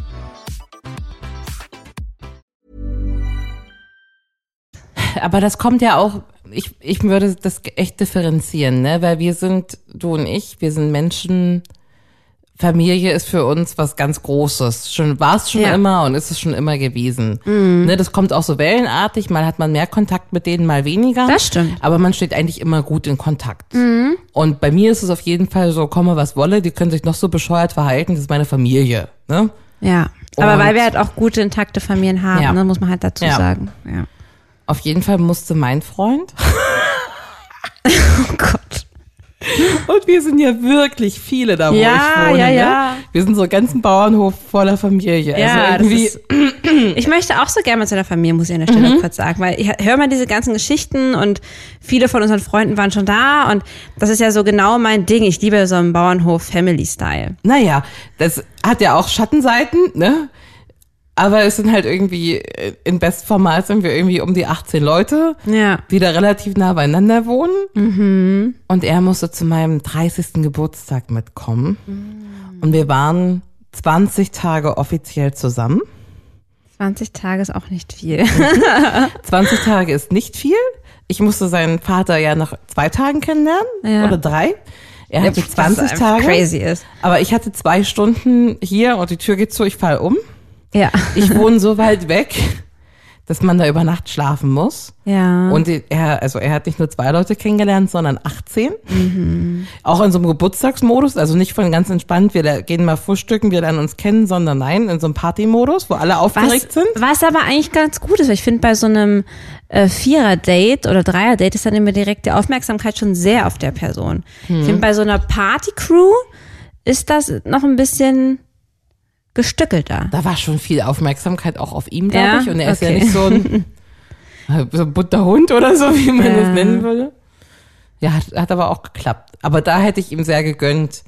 S3: Aber das kommt ja auch, ich, ich würde das echt differenzieren, ne? Weil wir sind, du und ich, wir sind Menschen, Familie ist für uns was ganz Großes. Schon war es schon
S2: Ja. Mhm.
S3: immer und ist es schon immer gewesen. Ne, das kommt auch so wellenartig, mal hat man mehr Kontakt mit denen, mal weniger.
S2: Das stimmt. Mhm.
S3: Aber man steht eigentlich immer gut in Kontakt. Und bei mir ist es auf jeden Fall so, komme was wolle, die können sich noch so bescheuert verhalten, das ist meine Familie. Ne?
S2: Ja. Aber
S3: Und-
S2: weil wir halt auch gute, intakte Familien haben,
S3: Ja.
S2: ne, muss man halt dazu
S3: Ja.
S2: sagen. Ja.
S3: Auf jeden Fall musste mein Freund
S2: Oh Gott.
S3: Und wir sind ja wirklich viele da, wo
S2: Ja,
S3: ich wohne.
S2: ja,
S3: ne?
S2: ja.
S3: Wir sind so einen ganzen Bauernhof voller Familie.
S2: Ja,
S3: also irgendwie,
S2: das Ich möchte auch so gerne mal zu einer Familie, muss ich an der Stelle kurz sagen, weil ich höre mal diese ganzen Geschichten und viele von unseren Freunden waren schon da und das ist ja so genau mein Ding. Ich liebe so einen Bauernhof Family Style.
S3: naja, das hat ja auch Schattenseiten, ne? Aber es sind halt irgendwie, äh, in Bestformat sind wir irgendwie um die 18 Leute,
S2: Ja.
S3: die da relativ nah beieinander wohnen.
S2: Mhm.
S3: Und er musste zu meinem 30. Geburtstag mitkommen.
S2: Mhm.
S3: Und wir waren 20 Tage offiziell zusammen.
S2: 20 Tage ist auch nicht [laughs] viel.
S3: 20 Tage ist nicht viel. Ich musste seinen Vater ja nach zwei Tagen kennenlernen
S2: Ja.
S3: oder drei. Er hatte
S2: Das ist
S3: 20
S2: einfach
S3: Tage.
S2: Crazy ist.
S3: Aber ich hatte zwei Stunden hier und die Tür geht zu, ich fall um.
S2: Ja. [laughs]
S3: Ich wohne so weit weg, dass man da über Nacht schlafen muss.
S2: Ja.
S3: Und die- er, also er hat nicht nur zwei Leute kennengelernt, sondern 18.
S2: Mhm.
S3: Auch in so einem Geburtstagsmodus, also nicht von ganz entspannt, wir le- gehen mal frühstücken, wir lernen uns kennen, sondern nein, in so einem Partymodus, wo alle
S2: was,
S3: aufgeregt sind.
S2: was aber eigentlich ganz gut ist, weil ich finde, bei so einem äh, Vierer-Date oder Dreier-Date ist dann immer direkt die Aufmerksamkeit schon sehr auf der Person.
S3: Hm.
S2: Ich finde, bei so einer Party-Crew ist das noch ein bisschen gestückelter.
S3: Da war schon viel Aufmerksamkeit auch auf ihm, glaube
S2: Ja?
S3: ich. Und er ist ja
S2: Okay.
S3: nicht so
S2: [laughs]
S3: ein, so ein bunter Hund oder so, wie man das nennen würde. Ja, hat, hat aber auch geklappt. Aber da hätte ich ihm sehr gegönnt,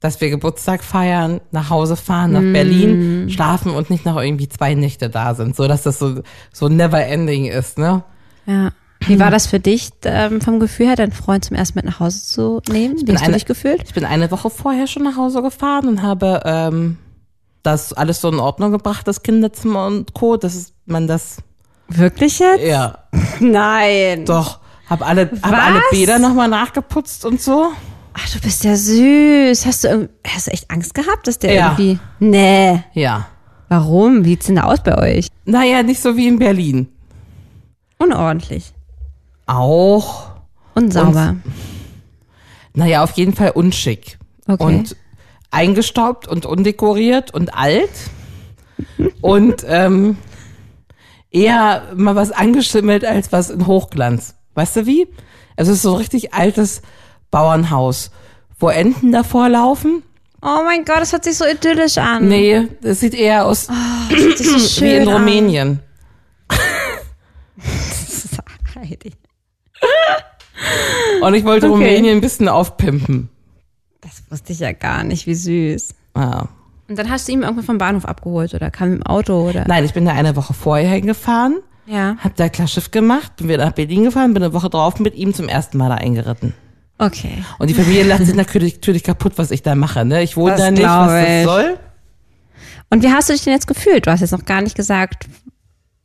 S3: dass wir Geburtstag feiern, nach Hause fahren,
S2: Mm.
S3: nach Berlin, schlafen und nicht noch irgendwie zwei Nächte da sind. So, dass das so, so never ending ist, ne?
S2: Ja. Wie war das für dich ähm, vom Gefühl her, deinen Freund zum ersten Mal nach Hause zu nehmen? Wie hast du
S3: eine-
S2: dich gefühlt?
S3: Ich bin eine Woche vorher schon nach Hause gefahren und habe ähm, das alles so in Ordnung gebracht, das Kinderzimmer und Co., dass man das,
S2: Wirklich jetzt?
S3: ja,
S2: Nein.
S3: Äh, Doch, hab alle, hab
S2: Was?
S3: alle Bäder nochmal nachgeputzt und so.
S2: Ach, du bist ja süß. Hast du, irgend- hast du echt Angst gehabt, dass der
S3: Ja.
S2: irgendwie... Nee.
S3: Ja.
S2: Warum? Wie sieht's denn da aus bei euch?
S3: Naja, nicht so wie in Berlin.
S2: Unordentlich.
S3: Auch.
S2: Unsauber.
S3: Naja, auf jeden Fall unschick.
S2: Okay.
S3: Und eingestaubt und undekoriert und alt. und ähm, eher mal was angeschimmelt als was in Hochglanz. Weißt du wie? Es ist so ein richtig altes Bauernhaus, wo Enten davor laufen.
S2: oh mein Gott, das hört sich so idyllisch an.
S3: Nee, das sieht eher aus
S2: das ist so Mhm. schön.
S3: [clears throat] wie in
S2: an.
S3: Rumänien.
S2: Heidi,
S3: Und ich wollte
S2: Okay.
S3: Rumänien ein bisschen aufpimpen.
S2: Das wusste ich ja gar nicht, wie süß.
S3: Ja.
S2: Und dann hast du ihn irgendwann vom Bahnhof abgeholt oder kam im Auto oder?
S3: Nein, ich bin da eine Woche vorher hingefahren,
S2: Ja.
S3: hab da klar Schiff gemacht, bin wieder nach Berlin gefahren, bin eine Woche drauf mit ihm zum ersten Mal da eingeritten.
S2: Okay. [laughs]
S3: Und die Familie lacht sich natürlich, natürlich kaputt, was ich da mache. Ne? Ich wohne
S2: Das
S3: da nicht,
S2: glaub
S3: was das
S2: ich.
S3: soll.
S2: Und wie hast du dich denn jetzt gefühlt? Du hast jetzt noch gar nicht gesagt,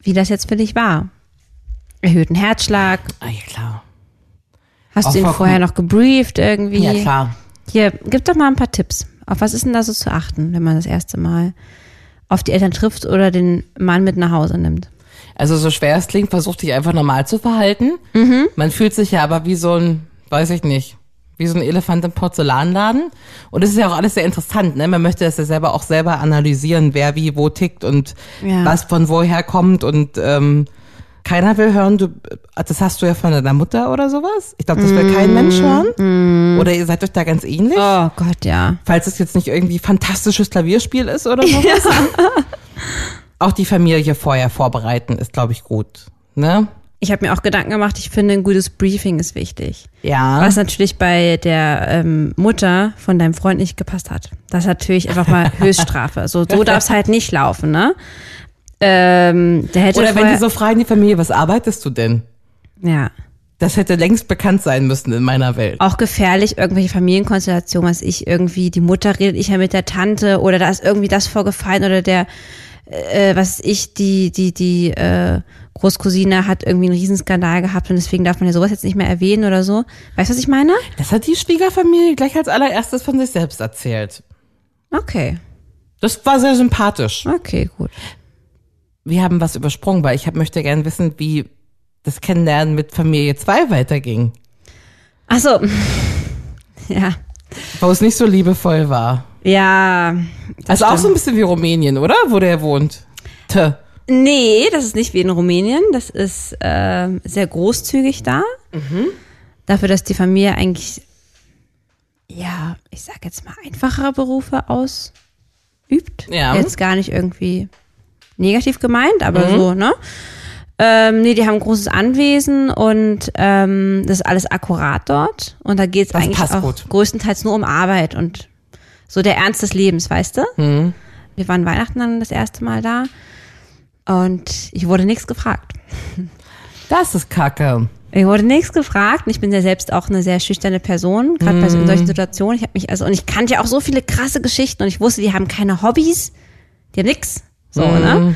S2: wie das jetzt für dich war. Erhöhten Herzschlag.
S3: Ah, ja, klar.
S2: Hast
S3: Auch
S2: du ihn
S3: vollkommen-
S2: vorher noch gebrieft irgendwie?
S3: Ja, klar.
S2: Hier, gib doch mal ein paar Tipps. Auf was ist denn da so zu achten, wenn man das erste Mal auf die Eltern trifft oder den Mann mit nach Hause nimmt?
S3: Also so schwer es klingt, versuch dich einfach normal zu verhalten.
S2: Mhm.
S3: Man fühlt sich ja aber wie so ein, weiß ich nicht, wie so ein Elefant im Porzellanladen. Und es ist ja auch alles sehr interessant, ne? Man möchte das ja selber auch selber analysieren, wer wie wo tickt und
S2: Ja.
S3: was von woher kommt und ähm, keiner will hören, du, das hast du ja von deiner Mutter oder sowas. Ich glaube, das will kein Mensch hören. Oder ihr seid euch da ganz ähnlich.
S2: Mhm. Oh Gott, ja. [laughs]
S3: Falls es jetzt nicht irgendwie fantastisches Klavierspiel ist oder sowas. Auch die Familie vorher vorbereiten ist, glaube ich, gut. Ne?
S2: Ich habe mir auch Gedanken gemacht, ich finde, ein gutes Briefing ist wichtig.
S3: Ja.
S2: Was natürlich bei der ähm, Mutter von deinem Freund nicht gepasst hat. Das ist natürlich einfach
S3: [laughs]
S2: mal Höchststrafe. So, so darf es halt nicht laufen, ne? Ähm, der hätte
S3: Oder wenn
S2: vorher,
S3: die so fragen, die Familie, was arbeitest du denn?
S2: ja,
S3: Das hätte längst bekannt sein müssen in meiner Welt.
S2: auch gefährlich, irgendwelche Familienkonstellationen, was ich irgendwie, die Mutter redet ich ja mit der Tante oder da ist irgendwie das vorgefallen oder der, äh, was weiß ich, die, die, die äh, Großcousine hat irgendwie einen Riesenskandal gehabt und deswegen darf man ja sowas jetzt nicht mehr erwähnen oder so. Weißt du, was ich meine?
S3: Das hat die Schwiegerfamilie gleich als allererstes von sich selbst erzählt.
S2: Okay,
S3: Das war sehr sympathisch.
S2: okay, gut.
S3: Wir haben was übersprungen, weil ich hab, möchte gerne wissen, wie das Kennenlernen mit Familie 2 weiterging,
S2: Achso. [laughs] Ja.
S3: wo es nicht so liebevoll war.
S2: Ja.
S3: Das ist auch so ein bisschen wie Rumänien, oder? Wo der wohnt. Tö.
S2: Nee, das ist nicht wie in Rumänien. Das ist ähm, sehr großzügig da. dafür, dass die Familie eigentlich, ja, ich sag jetzt mal, einfachere Berufe ausübt.
S3: Ja.
S2: Jetzt gar nicht irgendwie negativ gemeint, aber so, ne? Ähm, nee, die haben ein großes Anwesen und ähm, das ist alles akkurat dort. Und da geht es
S3: Das
S2: eigentlich
S3: passt
S2: auch
S3: gut.
S2: größtenteils nur um Arbeit und so der Ernst des Lebens, weißt du? Wir waren Weihnachten dann das erste Mal da und ich wurde nichts gefragt.
S3: Das ist Kacke.
S2: Ich wurde nichts gefragt. und Ich bin ja selbst auch eine sehr schüchterne Person, gerade bei so, in solchen Situationen. Ich habe mich also und ich kannte ja auch so viele krasse Geschichten und ich wusste, die haben keine Hobbys, die haben nix, so ne.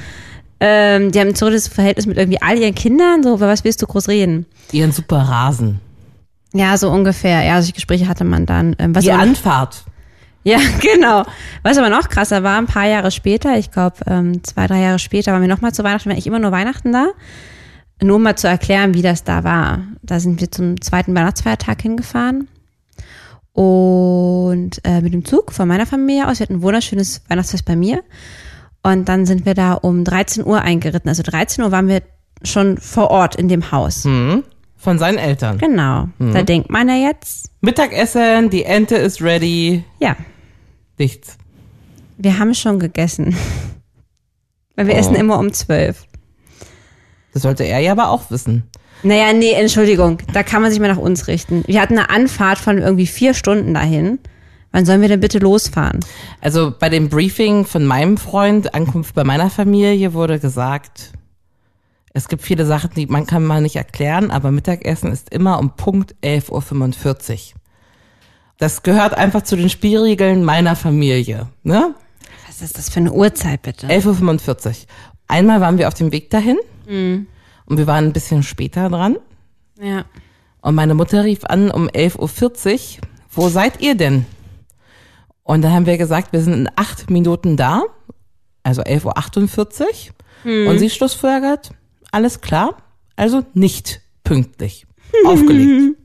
S2: Ähm, die haben ein zurückes Verhältnis mit irgendwie all ihren Kindern. So, über was willst du groß reden?
S3: Ihren super Rasen.
S2: Ja, so ungefähr. Ja, solche Gespräche hatte man dann. Ähm, was
S3: Die
S2: auch-
S3: Anfahrt.
S2: Ja, [laughs] genau. Was aber noch krasser war, ein paar Jahre später, ich glaube ähm, zwei, drei Jahre später, waren wir nochmal zu Weihnachten, war ich immer nur Weihnachten da. Nur um mal zu erklären, wie das da war. Da sind wir zum zweiten Weihnachtsfeiertag hingefahren und äh, mit dem Zug von meiner Familie aus. Wir hatten ein wunderschönes Weihnachtsfest bei mir. Und dann sind wir da um 13 Uhr eingeritten. Also 13 Uhr waren wir schon vor Ort in dem Haus.
S3: Von seinen Eltern.
S2: Genau. Da denkt man ja jetzt,
S3: Mittagessen, die Ente ist ready.
S2: ja,
S3: Nichts.
S2: Wir haben schon gegessen. [laughs] Weil wir essen immer um zwölf.
S3: Das sollte er ja aber auch wissen.
S2: Naja, nee, Entschuldigung. Da kann man sich mal nach uns richten. Wir hatten eine Anfahrt von irgendwie vier Stunden dahin. Wann sollen wir denn bitte losfahren?
S3: Also bei dem Briefing von meinem Freund, Ankunft bei meiner Familie, wurde gesagt, es gibt viele Sachen, die man kann mal nicht erklären, aber Mittagessen ist immer um Punkt 11.45 Uhr. Das gehört einfach zu den Spielregeln meiner Familie. Ne?
S2: Was ist das für eine Uhrzeit, bitte?
S3: 11.45 Uhr. Einmal waren wir auf dem Weg dahin und wir waren ein bisschen später dran.
S2: Ja.
S3: Und meine Mutter rief an um 11.40 Uhr, wo seid ihr denn? Und dann haben wir gesagt, wir sind in acht Minuten da, also 11.48 Uhr.
S2: Hm.
S3: Und sie schlussfolgert, alles klar, also nicht
S2: [laughs]
S3: pünktlich. Aufgelegt.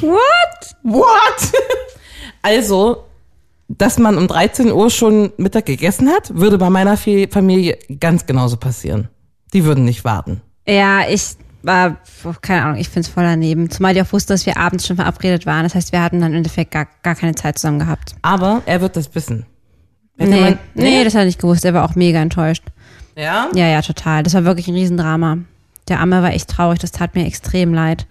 S2: What?
S3: What? also, dass man um 13 Uhr schon Mittag gegessen hat, würde bei meiner Fi- Familie ganz genauso passieren. Die würden nicht warten.
S2: Ja, ich war, oh, keine Ahnung, ich find's voll daneben. Zumal die auch wusste, dass wir abends schon verabredet waren. Das heißt, wir hatten dann im Endeffekt gar, gar keine Zeit zusammen gehabt.
S3: Aber er wird das wissen. Hätte
S2: Nee,
S3: man-
S2: nee, das hat er nicht gewusst. Er war auch mega enttäuscht.
S3: Ja?
S2: Ja, ja, total. Das war wirklich ein Riesendrama. Der Arme war echt traurig, das tat mir extrem leid.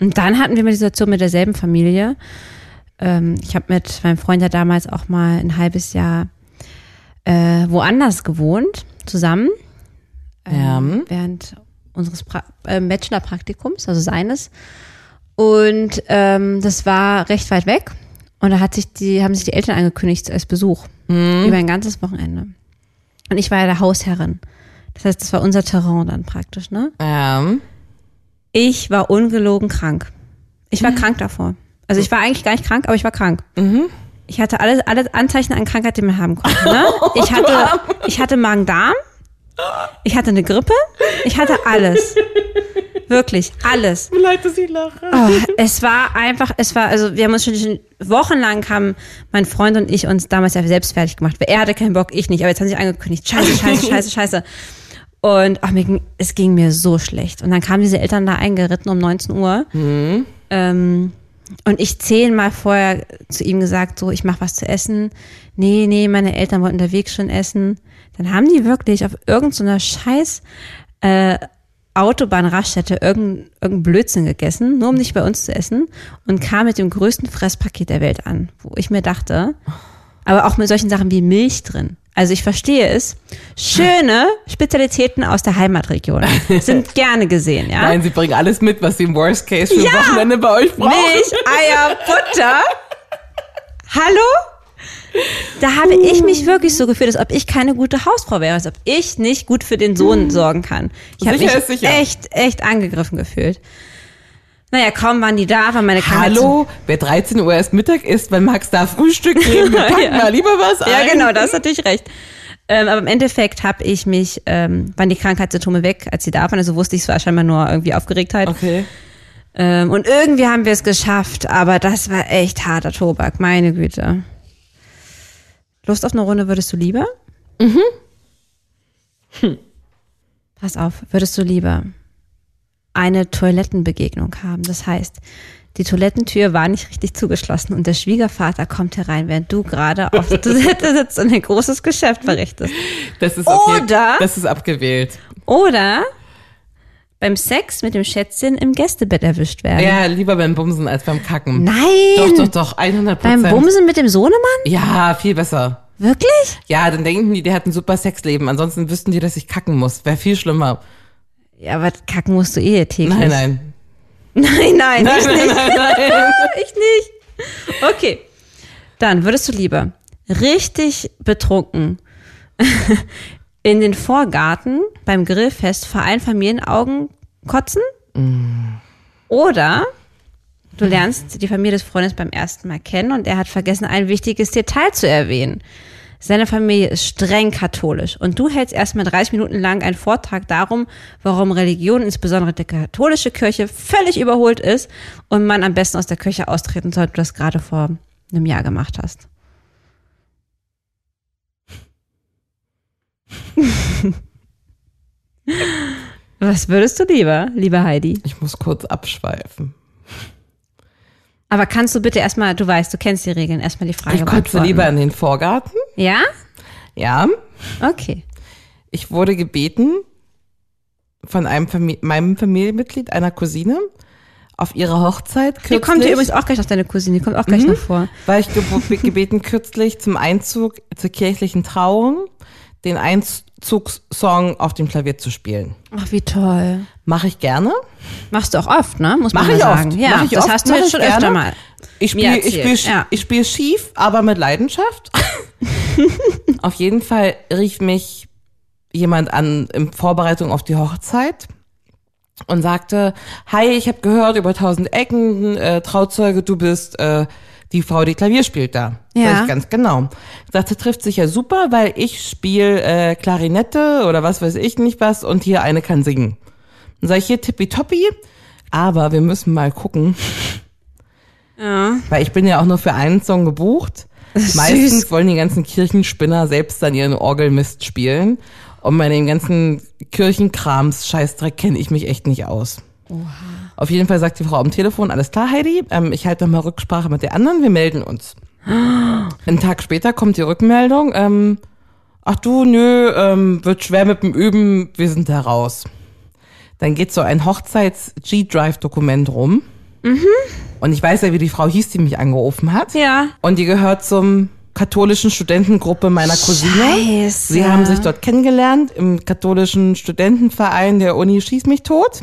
S2: Und dann hatten wir mal die Situation mit derselben Familie. Ähm, ich habe mit meinem Freund ja damals auch mal ein halbes Jahr äh, woanders gewohnt, zusammen, Ähm,
S3: Ja.
S2: während unseres pra äh, Bachelor-Praktikums, also seines. Und ähm, das war recht weit weg. Und da hat sich die, haben sich die Eltern angekündigt als Besuch über ein ganzes Wochenende. Und ich war ja der Hausherrin. Das heißt, das war unser Terrain dann praktisch, ne?
S3: Ähm.
S2: Ich war ungelogen krank. Ich war krank davor. Also ich war eigentlich gar nicht krank, aber ich war krank. Ich hatte alles, alle Anzeichen an Krankheit, die man haben konnte. [laughs] Ne? Ich hatte, ich hatte Magen-Darm. Ich hatte eine Grippe. Ich hatte alles. Wirklich, alles. Wie leid, dass ich lache. Oh, es war einfach, es war, also wir haben uns schon, schon wochenlang haben mein Freund und ich uns damals ja selbst fertig gemacht. Weil Er hatte keinen Bock, ich nicht. Aber jetzt haben sie sich angekündigt. Scheiße, [laughs] scheiße, scheiße, scheiße. Und ach, mir ging, es ging mir so schlecht. Und dann kamen diese Eltern da eingeritten um 19 Uhr. Ähm, und ich zehnmal vorher zu ihm gesagt, so, ich mache was zu essen. Nee, nee, meine Eltern wollten unterwegs schon essen. Dann haben die wirklich auf irgendeiner scheiß äh, Autobahnraststätte irgendeinen irgendein Blödsinn gegessen, nur um nicht bei uns zu essen. Und kam mit dem größten Fresspaket der Welt an, wo ich mir dachte, aber auch mit solchen Sachen wie Milch drin. Also ich verstehe es. Schöne Spezialitäten aus der Heimatregion sind gerne gesehen, ja?
S3: Nein, sie bringen alles mit, was sie im Worst Case für
S2: Ah? Ja!
S3: Wochenende bei euch brauchen.
S2: Milch, Eier, Butter. Hallo? Da habe ich
S3: Hm.
S2: mich wirklich so gefühlt, als ob ich keine gute Hausfrau wäre, als ob ich nicht gut für den Sohn sorgen kann. Ich habe
S3: Hm. Sicher
S2: mich
S3: ist sicher.
S2: echt, echt angegriffen gefühlt. Naja, kaum waren die da, war meine Krankheit so-
S3: Hallo, wer 13 Uhr erst Mittag isst, wenn Max
S2: [laughs]
S3: da Frühstück geben, wir packen
S2: Ja.
S3: da lieber was ein.
S2: Ja, genau, da hast du natürlich recht. Ähm, aber im Endeffekt habe ich mich, ähm, waren die Krankheitssymptome weg, als sie da waren. Also wusste ich, es war scheinbar nur irgendwie Aufgeregtheit.
S3: Okay.
S2: Ähm, und irgendwie haben wir es geschafft, aber das war echt harter Tobak, meine Güte. Lust auf eine Runde würdest du lieber? Hm. Mhm. Hm. Pass auf, würdest du lieber eine Toilettenbegegnung haben? Das heißt, Die Toilettentür war nicht richtig zugeschlossen und der Schwiegervater kommt herein, während du gerade auf der
S3: [laughs]
S2: Toilette sitzt und ein großes Geschäft verrichtest.
S3: Das ist auf jeden-
S2: Oder-
S3: Das ist abgewählt.
S2: Oder beim Sex mit dem Schätzchen im Gästebett erwischt werden.
S3: Ja, lieber beim Bumsen als beim Kacken.
S2: Nein!
S3: Doch, doch, doch, 100
S2: beim
S3: Prozent.
S2: Bumsen mit dem Sohnemann?
S3: Ja, viel besser.
S2: Wirklich?
S3: Ja, dann denken die, der hat ein super Sexleben. Ansonsten wüssten die, dass ich kacken muss. Wäre viel schlimmer.
S2: Ja, aber kacken musst du eh täglich.
S3: Nein, nein.
S2: [laughs] Nein, nein, ich nicht. [laughs] ich nicht. Okay. Dann würdest du lieber richtig betrunken [laughs] in den Vorgarten beim Grillfest vor allen Familienaugen kotzen? Oder du lernst die Familie des Freundes beim ersten Mal kennen und er hat vergessen, ein wichtiges Detail zu erwähnen. Seine Familie ist streng katholisch und du hältst erstmal 30 Minuten lang einen Vortrag darum, warum Religion, insbesondere die katholische Kirche, völlig überholt ist und man am besten aus der Kirche austreten sollte, wie du das gerade vor einem Jahr gemacht hast. [laughs] Was würdest du lieber, liebe Heidi?
S3: Ich muss kurz abschweifen.
S2: Aber kannst du bitte erstmal, du weißt, du kennst die Regeln, erstmal die Frage
S3: Ich kotze
S2: beantworten.
S3: lieber in den Vorgarten.
S2: Ja?
S3: Ja.
S2: Okay.
S3: Ich wurde gebeten von einem Famili meinem Familienmitglied, einer Cousine, auf ihre Hochzeit kürzlich.
S2: Die kommt dir übrigens auch gleich noch deine Cousine, die kommt auch
S3: Mhm.
S2: gleich noch vor.
S3: war ich gebo- gebeten kürzlich zum Einzug zur kirchlichen Trauung den Einzugssong auf dem Klavier zu spielen.
S2: Ach, wie toll.
S3: Mache ich gerne.
S2: Machst du auch oft, ne? Muss man
S3: Mache
S2: mal
S3: ich
S2: sagen.
S3: oft.
S2: Ja,
S3: Mach ich
S2: das
S3: oft,
S2: hast du
S3: mach
S2: jetzt
S3: ich
S2: schon
S3: gerne.
S2: öfter mal.
S3: Ich
S2: Mir
S3: spiele ich
S2: erzählt,
S3: spiel, sch-
S2: ja.
S3: ich spiel schief, aber
S2: [laughs]
S3: mit Leidenschaft. auf jeden Fall rief mich jemand an in Vorbereitung auf die Hochzeit und sagte, hi, ich habe gehört über tausend Ecken, äh, Trauzeuge, du bist äh, die Frau, die Klavier spielt da.
S2: Ja.
S3: Sag ich ganz genau. Ich sagte, trifft sich ja super, weil ich spiele äh, Klarinette oder was weiß ich nicht was und hier eine kann singen. Dann sage ich hier tippitoppi, aber wir müssen mal gucken. Weil ich bin ja auch nur für einen Song gebucht. [laughs] Meistens wollen die ganzen Kirchenspinner selbst dann ihren Orgelmist spielen. Und bei dem ganzen Kirchenkrams, Scheißdreck, kenne ich mich echt nicht aus. Auf jeden Fall sagt die Frau am Telefon, alles klar, Heidi, ähm, ich halte nochmal Rücksprache mit der anderen, wir melden uns. Einen Tag später kommt die Rückmeldung, ähm, ach du, nö, ähm, wird schwer mit dem Üben, wir sind da raus. Dann geht so ein Hochzeits-G-Drive-Dokument rum. Und ich weiß ja, wie die Frau hieß, die mich angerufen hat.
S2: Ja.
S3: Und die gehört zum katholischen Studentengruppe meiner Cousine.
S2: Scheiße.
S3: Sie haben sich dort kennengelernt im katholischen Studentenverein der Uni Schieß mich tot.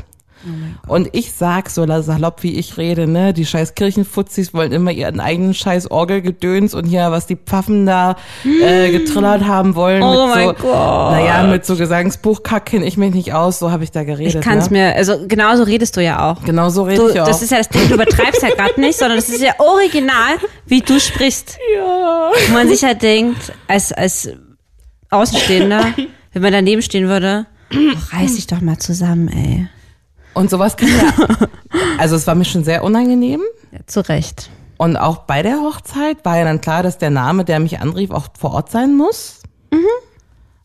S2: Oh
S3: und ich sag so la- salopp, wie ich rede, ne, die scheiß Kirchenfutzis wollen immer ihren eigenen scheiß Orgelgedöns und hier, was die Pfaffen da äh, getrillert haben wollen.
S2: Mm. Oh
S3: mit so,
S2: mein Gott.
S3: Naja, mit so Gesangsbuchkack kenne ich mich nicht aus, so habe ich da geredet.
S2: Ich kann es
S3: ne?
S2: mir, also genauso redest du ja auch.
S3: Genau so rede
S2: Du,
S3: ich auch.
S2: das ist ja das Ding, du übertreibst ja gerade nicht, sondern es ist ja original, wie du sprichst. Ja. Wo man sich halt denkt, als, als Außenstehender, wenn man daneben stehen würde, oh, reiß dich doch mal zusammen, ey.
S3: Und sowas kann ja.
S2: [laughs]
S3: Also es war mir schon sehr unangenehm.
S2: Ja, zu Recht.
S3: Und auch bei der Hochzeit war ja dann klar, dass der Name, der mich anrief, auch vor Ort sein muss.
S2: Mhm.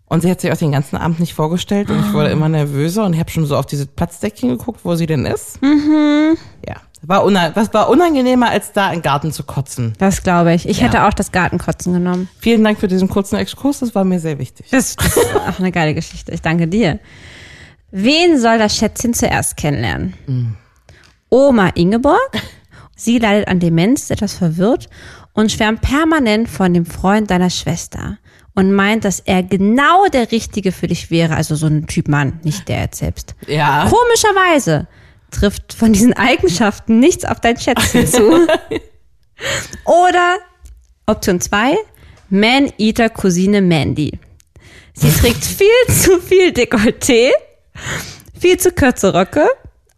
S3: Und sie hat sich auch den ganzen Abend nicht vorgestellt und ich wurde immer nervöser und ich habe schon so auf diese Platzdeckchen geguckt, wo sie denn ist.
S2: Mhm.
S3: Ja. War una was war unangenehmer, als da im Garten zu kotzen.
S2: Das glaube ich. Ich hätte auch das Gartenkotzen genommen.
S3: Vielen Dank für diesen kurzen Exkurs, das war mir sehr wichtig.
S2: Das, das ist [laughs] auch eine geile Geschichte. Ich danke dir. Wen soll das Schätzchen zuerst kennenlernen? Oma Ingeborg. Sie leidet an Demenz, ist etwas verwirrt und schwärmt permanent von dem Freund deiner Schwester und meint, dass er genau der Richtige für dich wäre. Also so ein Typ Mann, nicht der jetzt selbst.
S3: Ja.
S2: Komischerweise trifft von diesen Eigenschaften nichts auf dein Schätzchen zu. Oder Option 2, Man-Eater-Cousine Mandy. Sie trägt viel [laughs] zu viel Dekolleté, viel zu kurze Röcke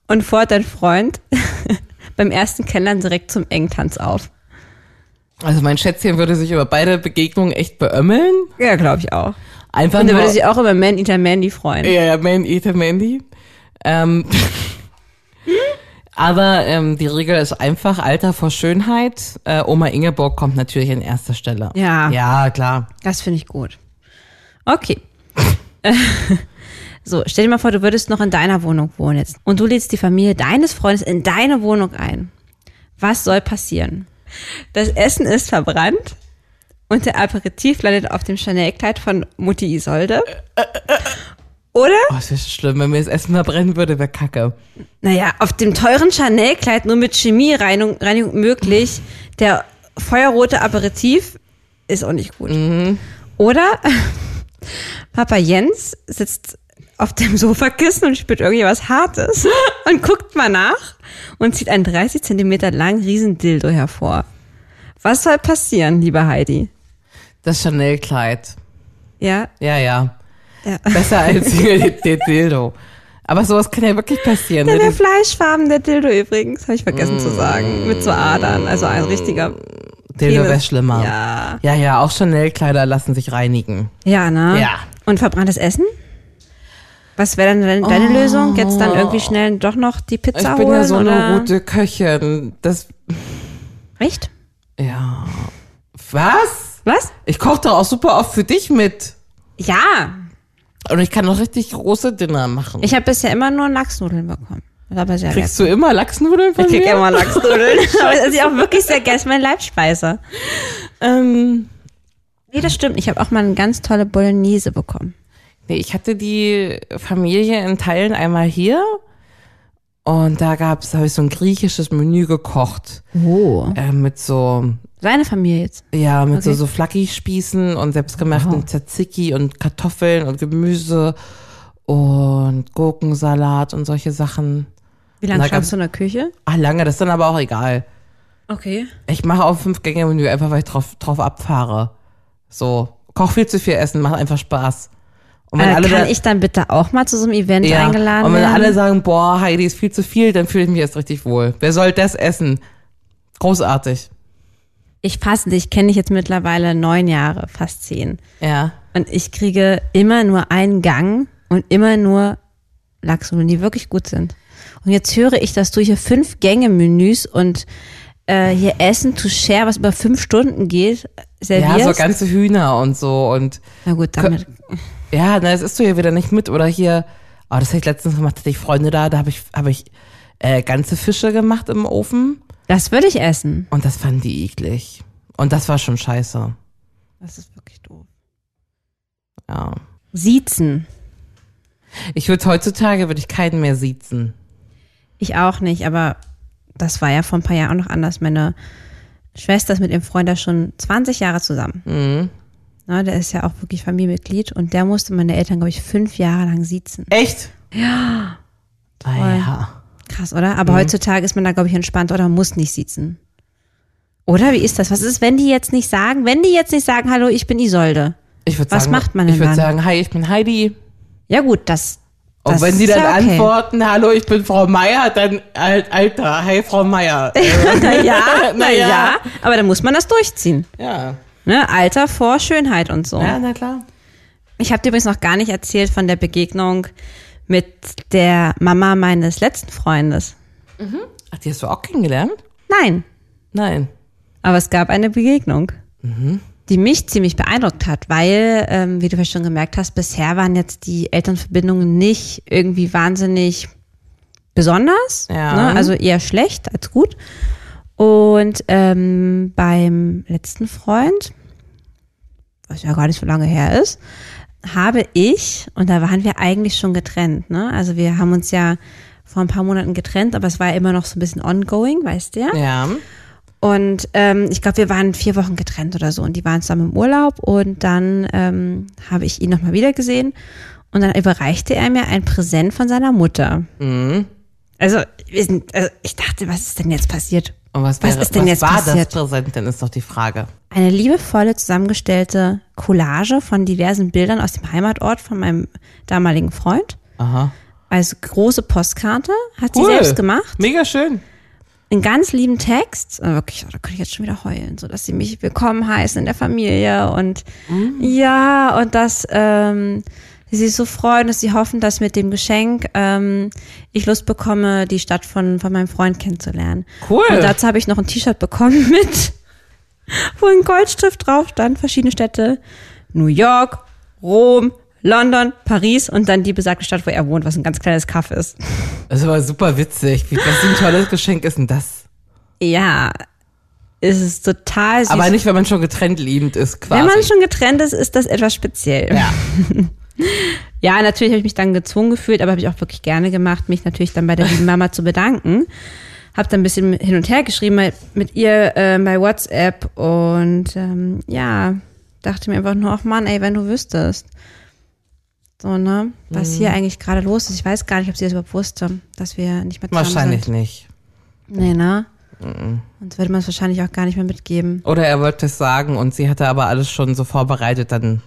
S2: und fordert dein Freund [laughs] beim ersten Kennenlernen direkt zum Engtanz auf.
S3: Also mein Schätzchen würde sich über beide Begegnungen echt beömmeln.
S2: Ja, glaube ich auch.
S3: Einfach
S2: Und er
S3: nur,
S2: würde sich auch über Man-Eater Mandy freuen.
S3: Ja, ja, Man Eater Mandy.
S2: [laughs]
S3: Ähm, aber ähm, die Regel ist einfach Alter vor Schönheit. Äh, Oma Ingeborg kommt natürlich an erster Stelle.
S2: Ja.
S3: Ja, klar.
S2: Das finde ich gut. Okay. [laughs] so, stell dir mal vor, du würdest noch in deiner Wohnung wohnen jetzt. Und du lädst die Familie deines Freundes in deine Wohnung ein. Was soll passieren? Das Essen ist verbrannt und der Aperitif landet auf dem Chanel-Kleid von Mutti Isolde. Oder?
S3: Oh, es wäre schlimm, wenn mir das Essen verbrennen würde, wäre kacke.
S2: Naja, auf dem teuren Chanel-Kleid nur mit Chemiereinigung Reinigung möglich. Der feuerrote Aperitif ist auch nicht gut.
S3: Mhm.
S2: Oder [laughs] Papa Jens sitzt auf dem Sofakissen und spürt irgendwie was
S3: [laughs]
S2: Hartes und guckt mal nach und zieht einen 30 Zentimeter langen Riesendildo hervor. Was soll passieren, liebe Heidi?
S3: Das Chanel-Kleid.
S2: Ja,
S3: Ja, ja.
S2: ja. [laughs]
S3: Besser als hier der Dildo. Aber sowas kann ja wirklich passieren.
S2: Ja,
S3: ne?
S2: der
S3: Das-
S2: fleischfarbene Dildo übrigens, habe ich vergessen zu sagen. Mit so Adern, also ein richtiger.
S3: Mm, Dildo wäre
S2: Penis.
S3: schlimmer.
S2: Ja.
S3: ja, ja, auch Chanel-Kleider lassen sich reinigen.
S2: Ja, ne?
S3: Ja.
S2: Und verbranntes Essen? Was wäre dann deine, deine Lösung? Jetzt dann irgendwie schnell doch noch die Pizza
S3: Oh. Ich
S2: holen?
S3: bin ja so
S2: oder?
S3: eine gute Köchin. Das,
S2: Echt?
S3: ja. Was?
S2: Was?
S3: Ich koche doch auch super oft für dich mit.
S2: Ja.
S3: Und ich kann noch richtig große Dinner machen.
S2: Ich habe bisher immer nur Lachsnudeln bekommen. Das war aber sehr
S3: Kriegst du immer Lachsnudeln von
S2: lecker. Ich krieg
S3: mir?
S2: immer Lachsnudeln. aber [laughs] das ist also ja auch wirklich sehr gerne. Das ist meine Leibspeise.
S3: Ähm,
S2: Nee, das stimmt. Ich habe auch mal eine ganz tolle Bolognese bekommen.
S3: [laughs] nee, ich hatte die Familie in Teilen einmal hier. Und da gab's, da habe ich so ein griechisches Menü gekocht.
S2: Oh.
S3: Äh, mit so
S2: Seine Familie jetzt.
S3: Ja, mit so,
S2: Okay.
S3: so Flacki-Spießen und selbstgemachten Tzatziki und Kartoffeln und Gemüse und Gurkensalat und solche Sachen.
S2: Wie
S3: Na,
S2: lange
S3: ganz-
S2: schaffst du in der Küche? Äh,
S3: Ach, lange, das ist dann aber auch egal.
S2: Okay.
S3: Ich mache auch fünf Gänge Menü, einfach weil ich drauf, drauf abfahre. So, koch viel zu viel essen, macht einfach Spaß. Und
S2: Äh, kann ich dann bitte auch mal zu so einem Event
S3: ja,
S2: eingeladen
S3: und wenn
S2: werden?
S3: alle sagen, boah, Heidi ist viel zu viel, dann fühle ich mich jetzt richtig wohl. Wer soll das essen? Großartig.
S2: ich fasse dich, kenne dich jetzt mittlerweile neun Jahre, fast zehn.
S3: Ja.
S2: Und ich kriege immer nur einen Gang und immer nur Lachsnudeln, die wirklich gut sind. Und jetzt höre ich, dass du hier fünf Gänge-Menüs und äh, hier Essen to Share, was über fünf Stunden geht,
S3: Ja,
S2: servierst.
S3: so ganze Hühner und so und
S2: Na gut, damit.
S3: Ja, na, das isst du ja wieder nicht mit. Oder hier, oh, das habe ich letztens gemacht, hatte ich Freunde da, da habe ich, hab ich äh, ganze Fische gemacht im Ofen
S2: Das würde ich essen.
S3: und das fanden die eklig. Und das war schon scheiße.
S2: Das ist wirklich doof.
S3: Ja.
S2: Siezen.
S3: Ich würde heutzutage würde ich keinen mehr siezen.
S2: Ich auch nicht, aber das war ja vor ein paar Jahren auch noch anders. Meine Schwester ist mit ihrem Freund da schon 20 Jahre zusammen.
S3: Mhm.
S2: Na, der ist ja auch wirklich Familienmitglied und der musste meine Eltern, glaube ich, fünf Jahre lang siezen.
S3: Echt? Ja. Ah, ja.
S2: Krass, oder?
S3: Mhm.
S2: Aber heutzutage ist man da, glaube ich, entspannt oder muss nicht siezen. Oder wie ist das? Was ist, wenn die jetzt nicht sagen, wenn die jetzt nicht sagen, hallo, ich bin Isolde?
S3: Ich würde
S2: Was
S3: sagen,
S2: macht man denn
S3: Ich würde
S2: dann?
S3: sagen, hi, ich bin Heidi.
S2: Ja gut, das.
S3: Und
S2: das
S3: wenn die
S2: ist
S3: dann
S2: ja okay. [laughs]
S3: antworten, hallo, ich bin Frau Meier, dann, alt- Alter, hi, Frau Meier.
S2: naja,
S3: [laughs] Na ja.
S2: naja, aber dann muss man das durchziehen.
S3: ja.
S2: Ne? Alter vor Schönheit und so.
S3: Ja, na klar.
S2: Ich habe dir übrigens noch gar nicht erzählt von der Begegnung mit der Mama meines letzten Freundes.
S3: Ach, die hast du auch kennengelernt?
S2: Nein,
S3: Nein.
S2: aber es gab eine Begegnung, die mich ziemlich beeindruckt hat, weil, ähm, wie du vielleicht schon gemerkt hast, bisher waren jetzt die Elternverbindungen nicht irgendwie wahnsinnig besonders,
S3: Ja.
S2: ne? also eher schlecht als gut. Und ähm, beim letzten Freund, was ja gar nicht so lange her ist, habe ich, und da waren wir eigentlich schon getrennt, ne? Also wir haben uns ja vor ein paar Monaten getrennt, aber es war immer noch so ein bisschen ongoing, weißt du ja?
S3: Ja.
S2: Und ähm, ich glaube, wir waren vier Wochen getrennt oder so und die waren zusammen im Urlaub und dann ähm, habe ich ihn nochmal wieder gesehen und dann überreichte er mir ein Präsent von seiner Mutter.
S3: Mhm.
S2: Also, wir sind, also ich dachte, was ist denn jetzt passiert?
S3: Und was,
S2: Was
S3: wäre,
S2: ist denn
S3: was
S2: jetzt
S3: war
S2: passiert?
S3: das Präsent? Dann ist doch die Frage.
S2: Eine liebevolle zusammengestellte Collage von diversen Bildern aus dem Heimatort von meinem damaligen Freund.
S3: Aha.
S2: Also große Postkarte hat sie selbst gemacht.
S3: Mega schön.
S2: einen ganz lieben Text. Äh, Wirklich, oh, da könnte ich jetzt schon wieder heulen, so dass sie mich willkommen heißen in der Familie und
S3: Mm.
S2: ja, und dass ähm, sie sich so freuen, dass sie hoffen, dass mit dem Geschenk ähm, ich Lust bekomme, die Stadt von, von meinem Freund kennenzulernen.
S3: Cool.
S2: Und dazu habe ich noch ein T-Shirt bekommen [laughs] mit, wo ein Goldstift drauf stand, verschiedene Städte. New York, Rom, London, Paris und dann die besagte Stadt, wo er wohnt, was ein ganz kleines Kaff ist.
S3: Das war super witzig. Wie, was für ein tolles Geschenk ist denn das?
S2: ja, es ist total süß.
S3: Aber nicht, wenn man schon getrennt liebend ist, quasi.
S2: Wenn man schon getrennt ist, ist das etwas speziell.
S3: Ja.
S2: [laughs] Ja, natürlich habe ich mich dann gezwungen gefühlt, aber habe ich auch wirklich gerne gemacht, mich natürlich dann bei der lieben Mama zu bedanken. Habe dann ein bisschen hin und her geschrieben mit- mit ihr äh, bei WhatsApp und ähm, ja, dachte mir einfach nur, ach Mann, ey, wenn du wüsstest. So, ne? Was hier
S3: Mhm.
S2: eigentlich gerade los ist. Ich weiß gar nicht, ob sie das überhaupt wusste, dass wir nicht mehr zusammen
S3: Wahrscheinlich
S2: sind.
S3: nicht. Mhm.
S2: Nee, ne? Sonst würde man es wahrscheinlich auch gar nicht mehr mitgeben.
S3: Oder er wollte es sagen und sie hatte aber alles schon so vorbereitet, dann,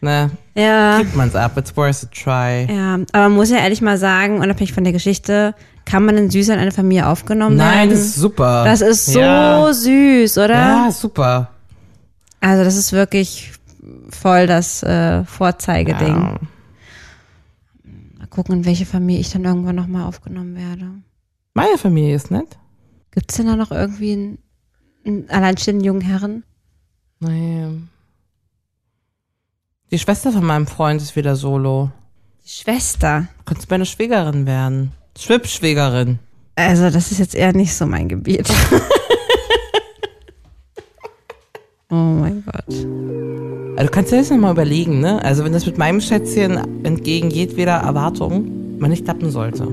S3: ne,
S2: Ja.
S3: gibt man's ab. It's worth a try.
S2: Ja, Ähm, aber man muss ja ehrlich mal sagen, unabhängig von der Geschichte, kann man denn süß in eine Familie aufgenommen werden?
S3: Nein, das ist super.
S2: Das ist so
S3: Ja,
S2: süß, oder?
S3: ja super.
S2: Also das ist wirklich voll das äh, Vorzeigeding.
S3: Ja.
S2: Mal gucken, in welche Familie ich dann irgendwann nochmal aufgenommen werde.
S3: Meine Familie ist nett.
S2: Gibt's denn da noch irgendwie einen, einen alleinstehenden jungen Herren?
S3: Nee. Die Schwester von meinem Freund ist wieder solo.
S2: Die Schwester.
S3: Könntest meine Schwägerin werden. Schwippschwägerin.
S2: Also das ist jetzt eher nicht so mein Gebiet. [laughs] oh mein Gott.
S3: Also kannst du dir das nochmal überlegen, ne? Also wenn das mit meinem Schätzchen entgegen jedweder Erwartung mal nicht klappen sollte.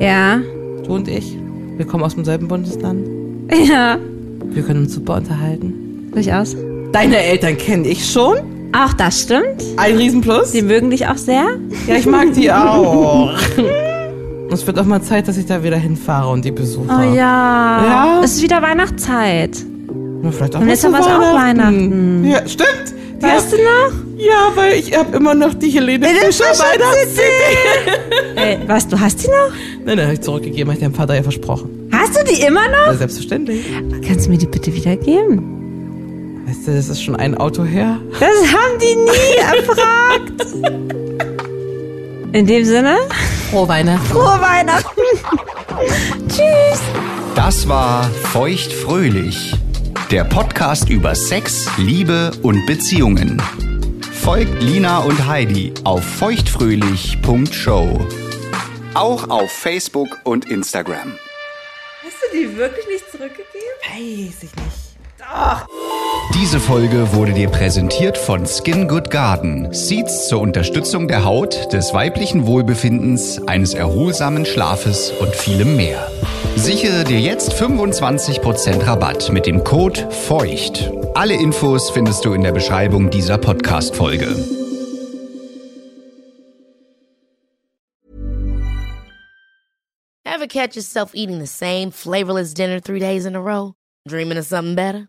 S2: Ja, [laughs]
S3: Du und ich, wir kommen aus demselben Bundesland.
S2: ja,
S3: Wir können uns super unterhalten.
S2: durchaus.
S3: Deine Eltern kenne ich schon.
S2: Auch das stimmt.
S3: Ein Riesenplus.
S2: Die mögen dich auch sehr.
S3: Ja, ich mag die auch. [laughs] Und es wird auch mal Zeit, dass ich da wieder hinfahre und die besuche.
S2: Oh ja.
S3: Ja.
S2: Es ist wieder Weihnachtszeit.
S3: Und vielleicht auch
S2: Und
S3: mal
S2: jetzt
S3: zu
S2: haben wir's auch Weihnachten.
S3: Ja, stimmt. Die
S2: Weißt du noch?
S3: Ja, weil ich hab immer noch die Helene Fischer Weihnachts-CD.
S2: Ey, Äh, was, du hast die noch?
S3: [laughs] Nein, nein, hab ich zurückgegeben, hab ich deinem Vater ja versprochen.
S2: Hast du die immer noch?
S3: Ja, selbstverständlich.
S2: Kannst du mir die bitte wiedergeben?
S3: Weißt du, das ist schon ein Auto her.
S2: Das haben die nie [laughs] erfragt. In dem Sinne,
S3: Frohe Weihnachten.
S2: frohe Weihnachten. Tschüss.
S1: Das war Feucht fröhlich, der Podcast über Sex, Liebe und Beziehungen. Folgt Lina und Heidi auf feuchtfröhlich.show. Auch auf Facebook und Instagram.
S2: Hast du die wirklich nicht zurückgegeben?
S1: Diese Folge wurde dir präsentiert von Skin Good Garden. Seeds zur Unterstützung der Haut, des weiblichen Wohlbefindens, eines erholsamen Schlafes und vielem mehr. Sichere dir jetzt 25% Rabatt mit dem Code FEUCHT. Alle Infos findest du in der Beschreibung dieser Podcast-Folge.
S9: Ever catch yourself eating the same flavorless dinner three days in a row? Dreaming of something better?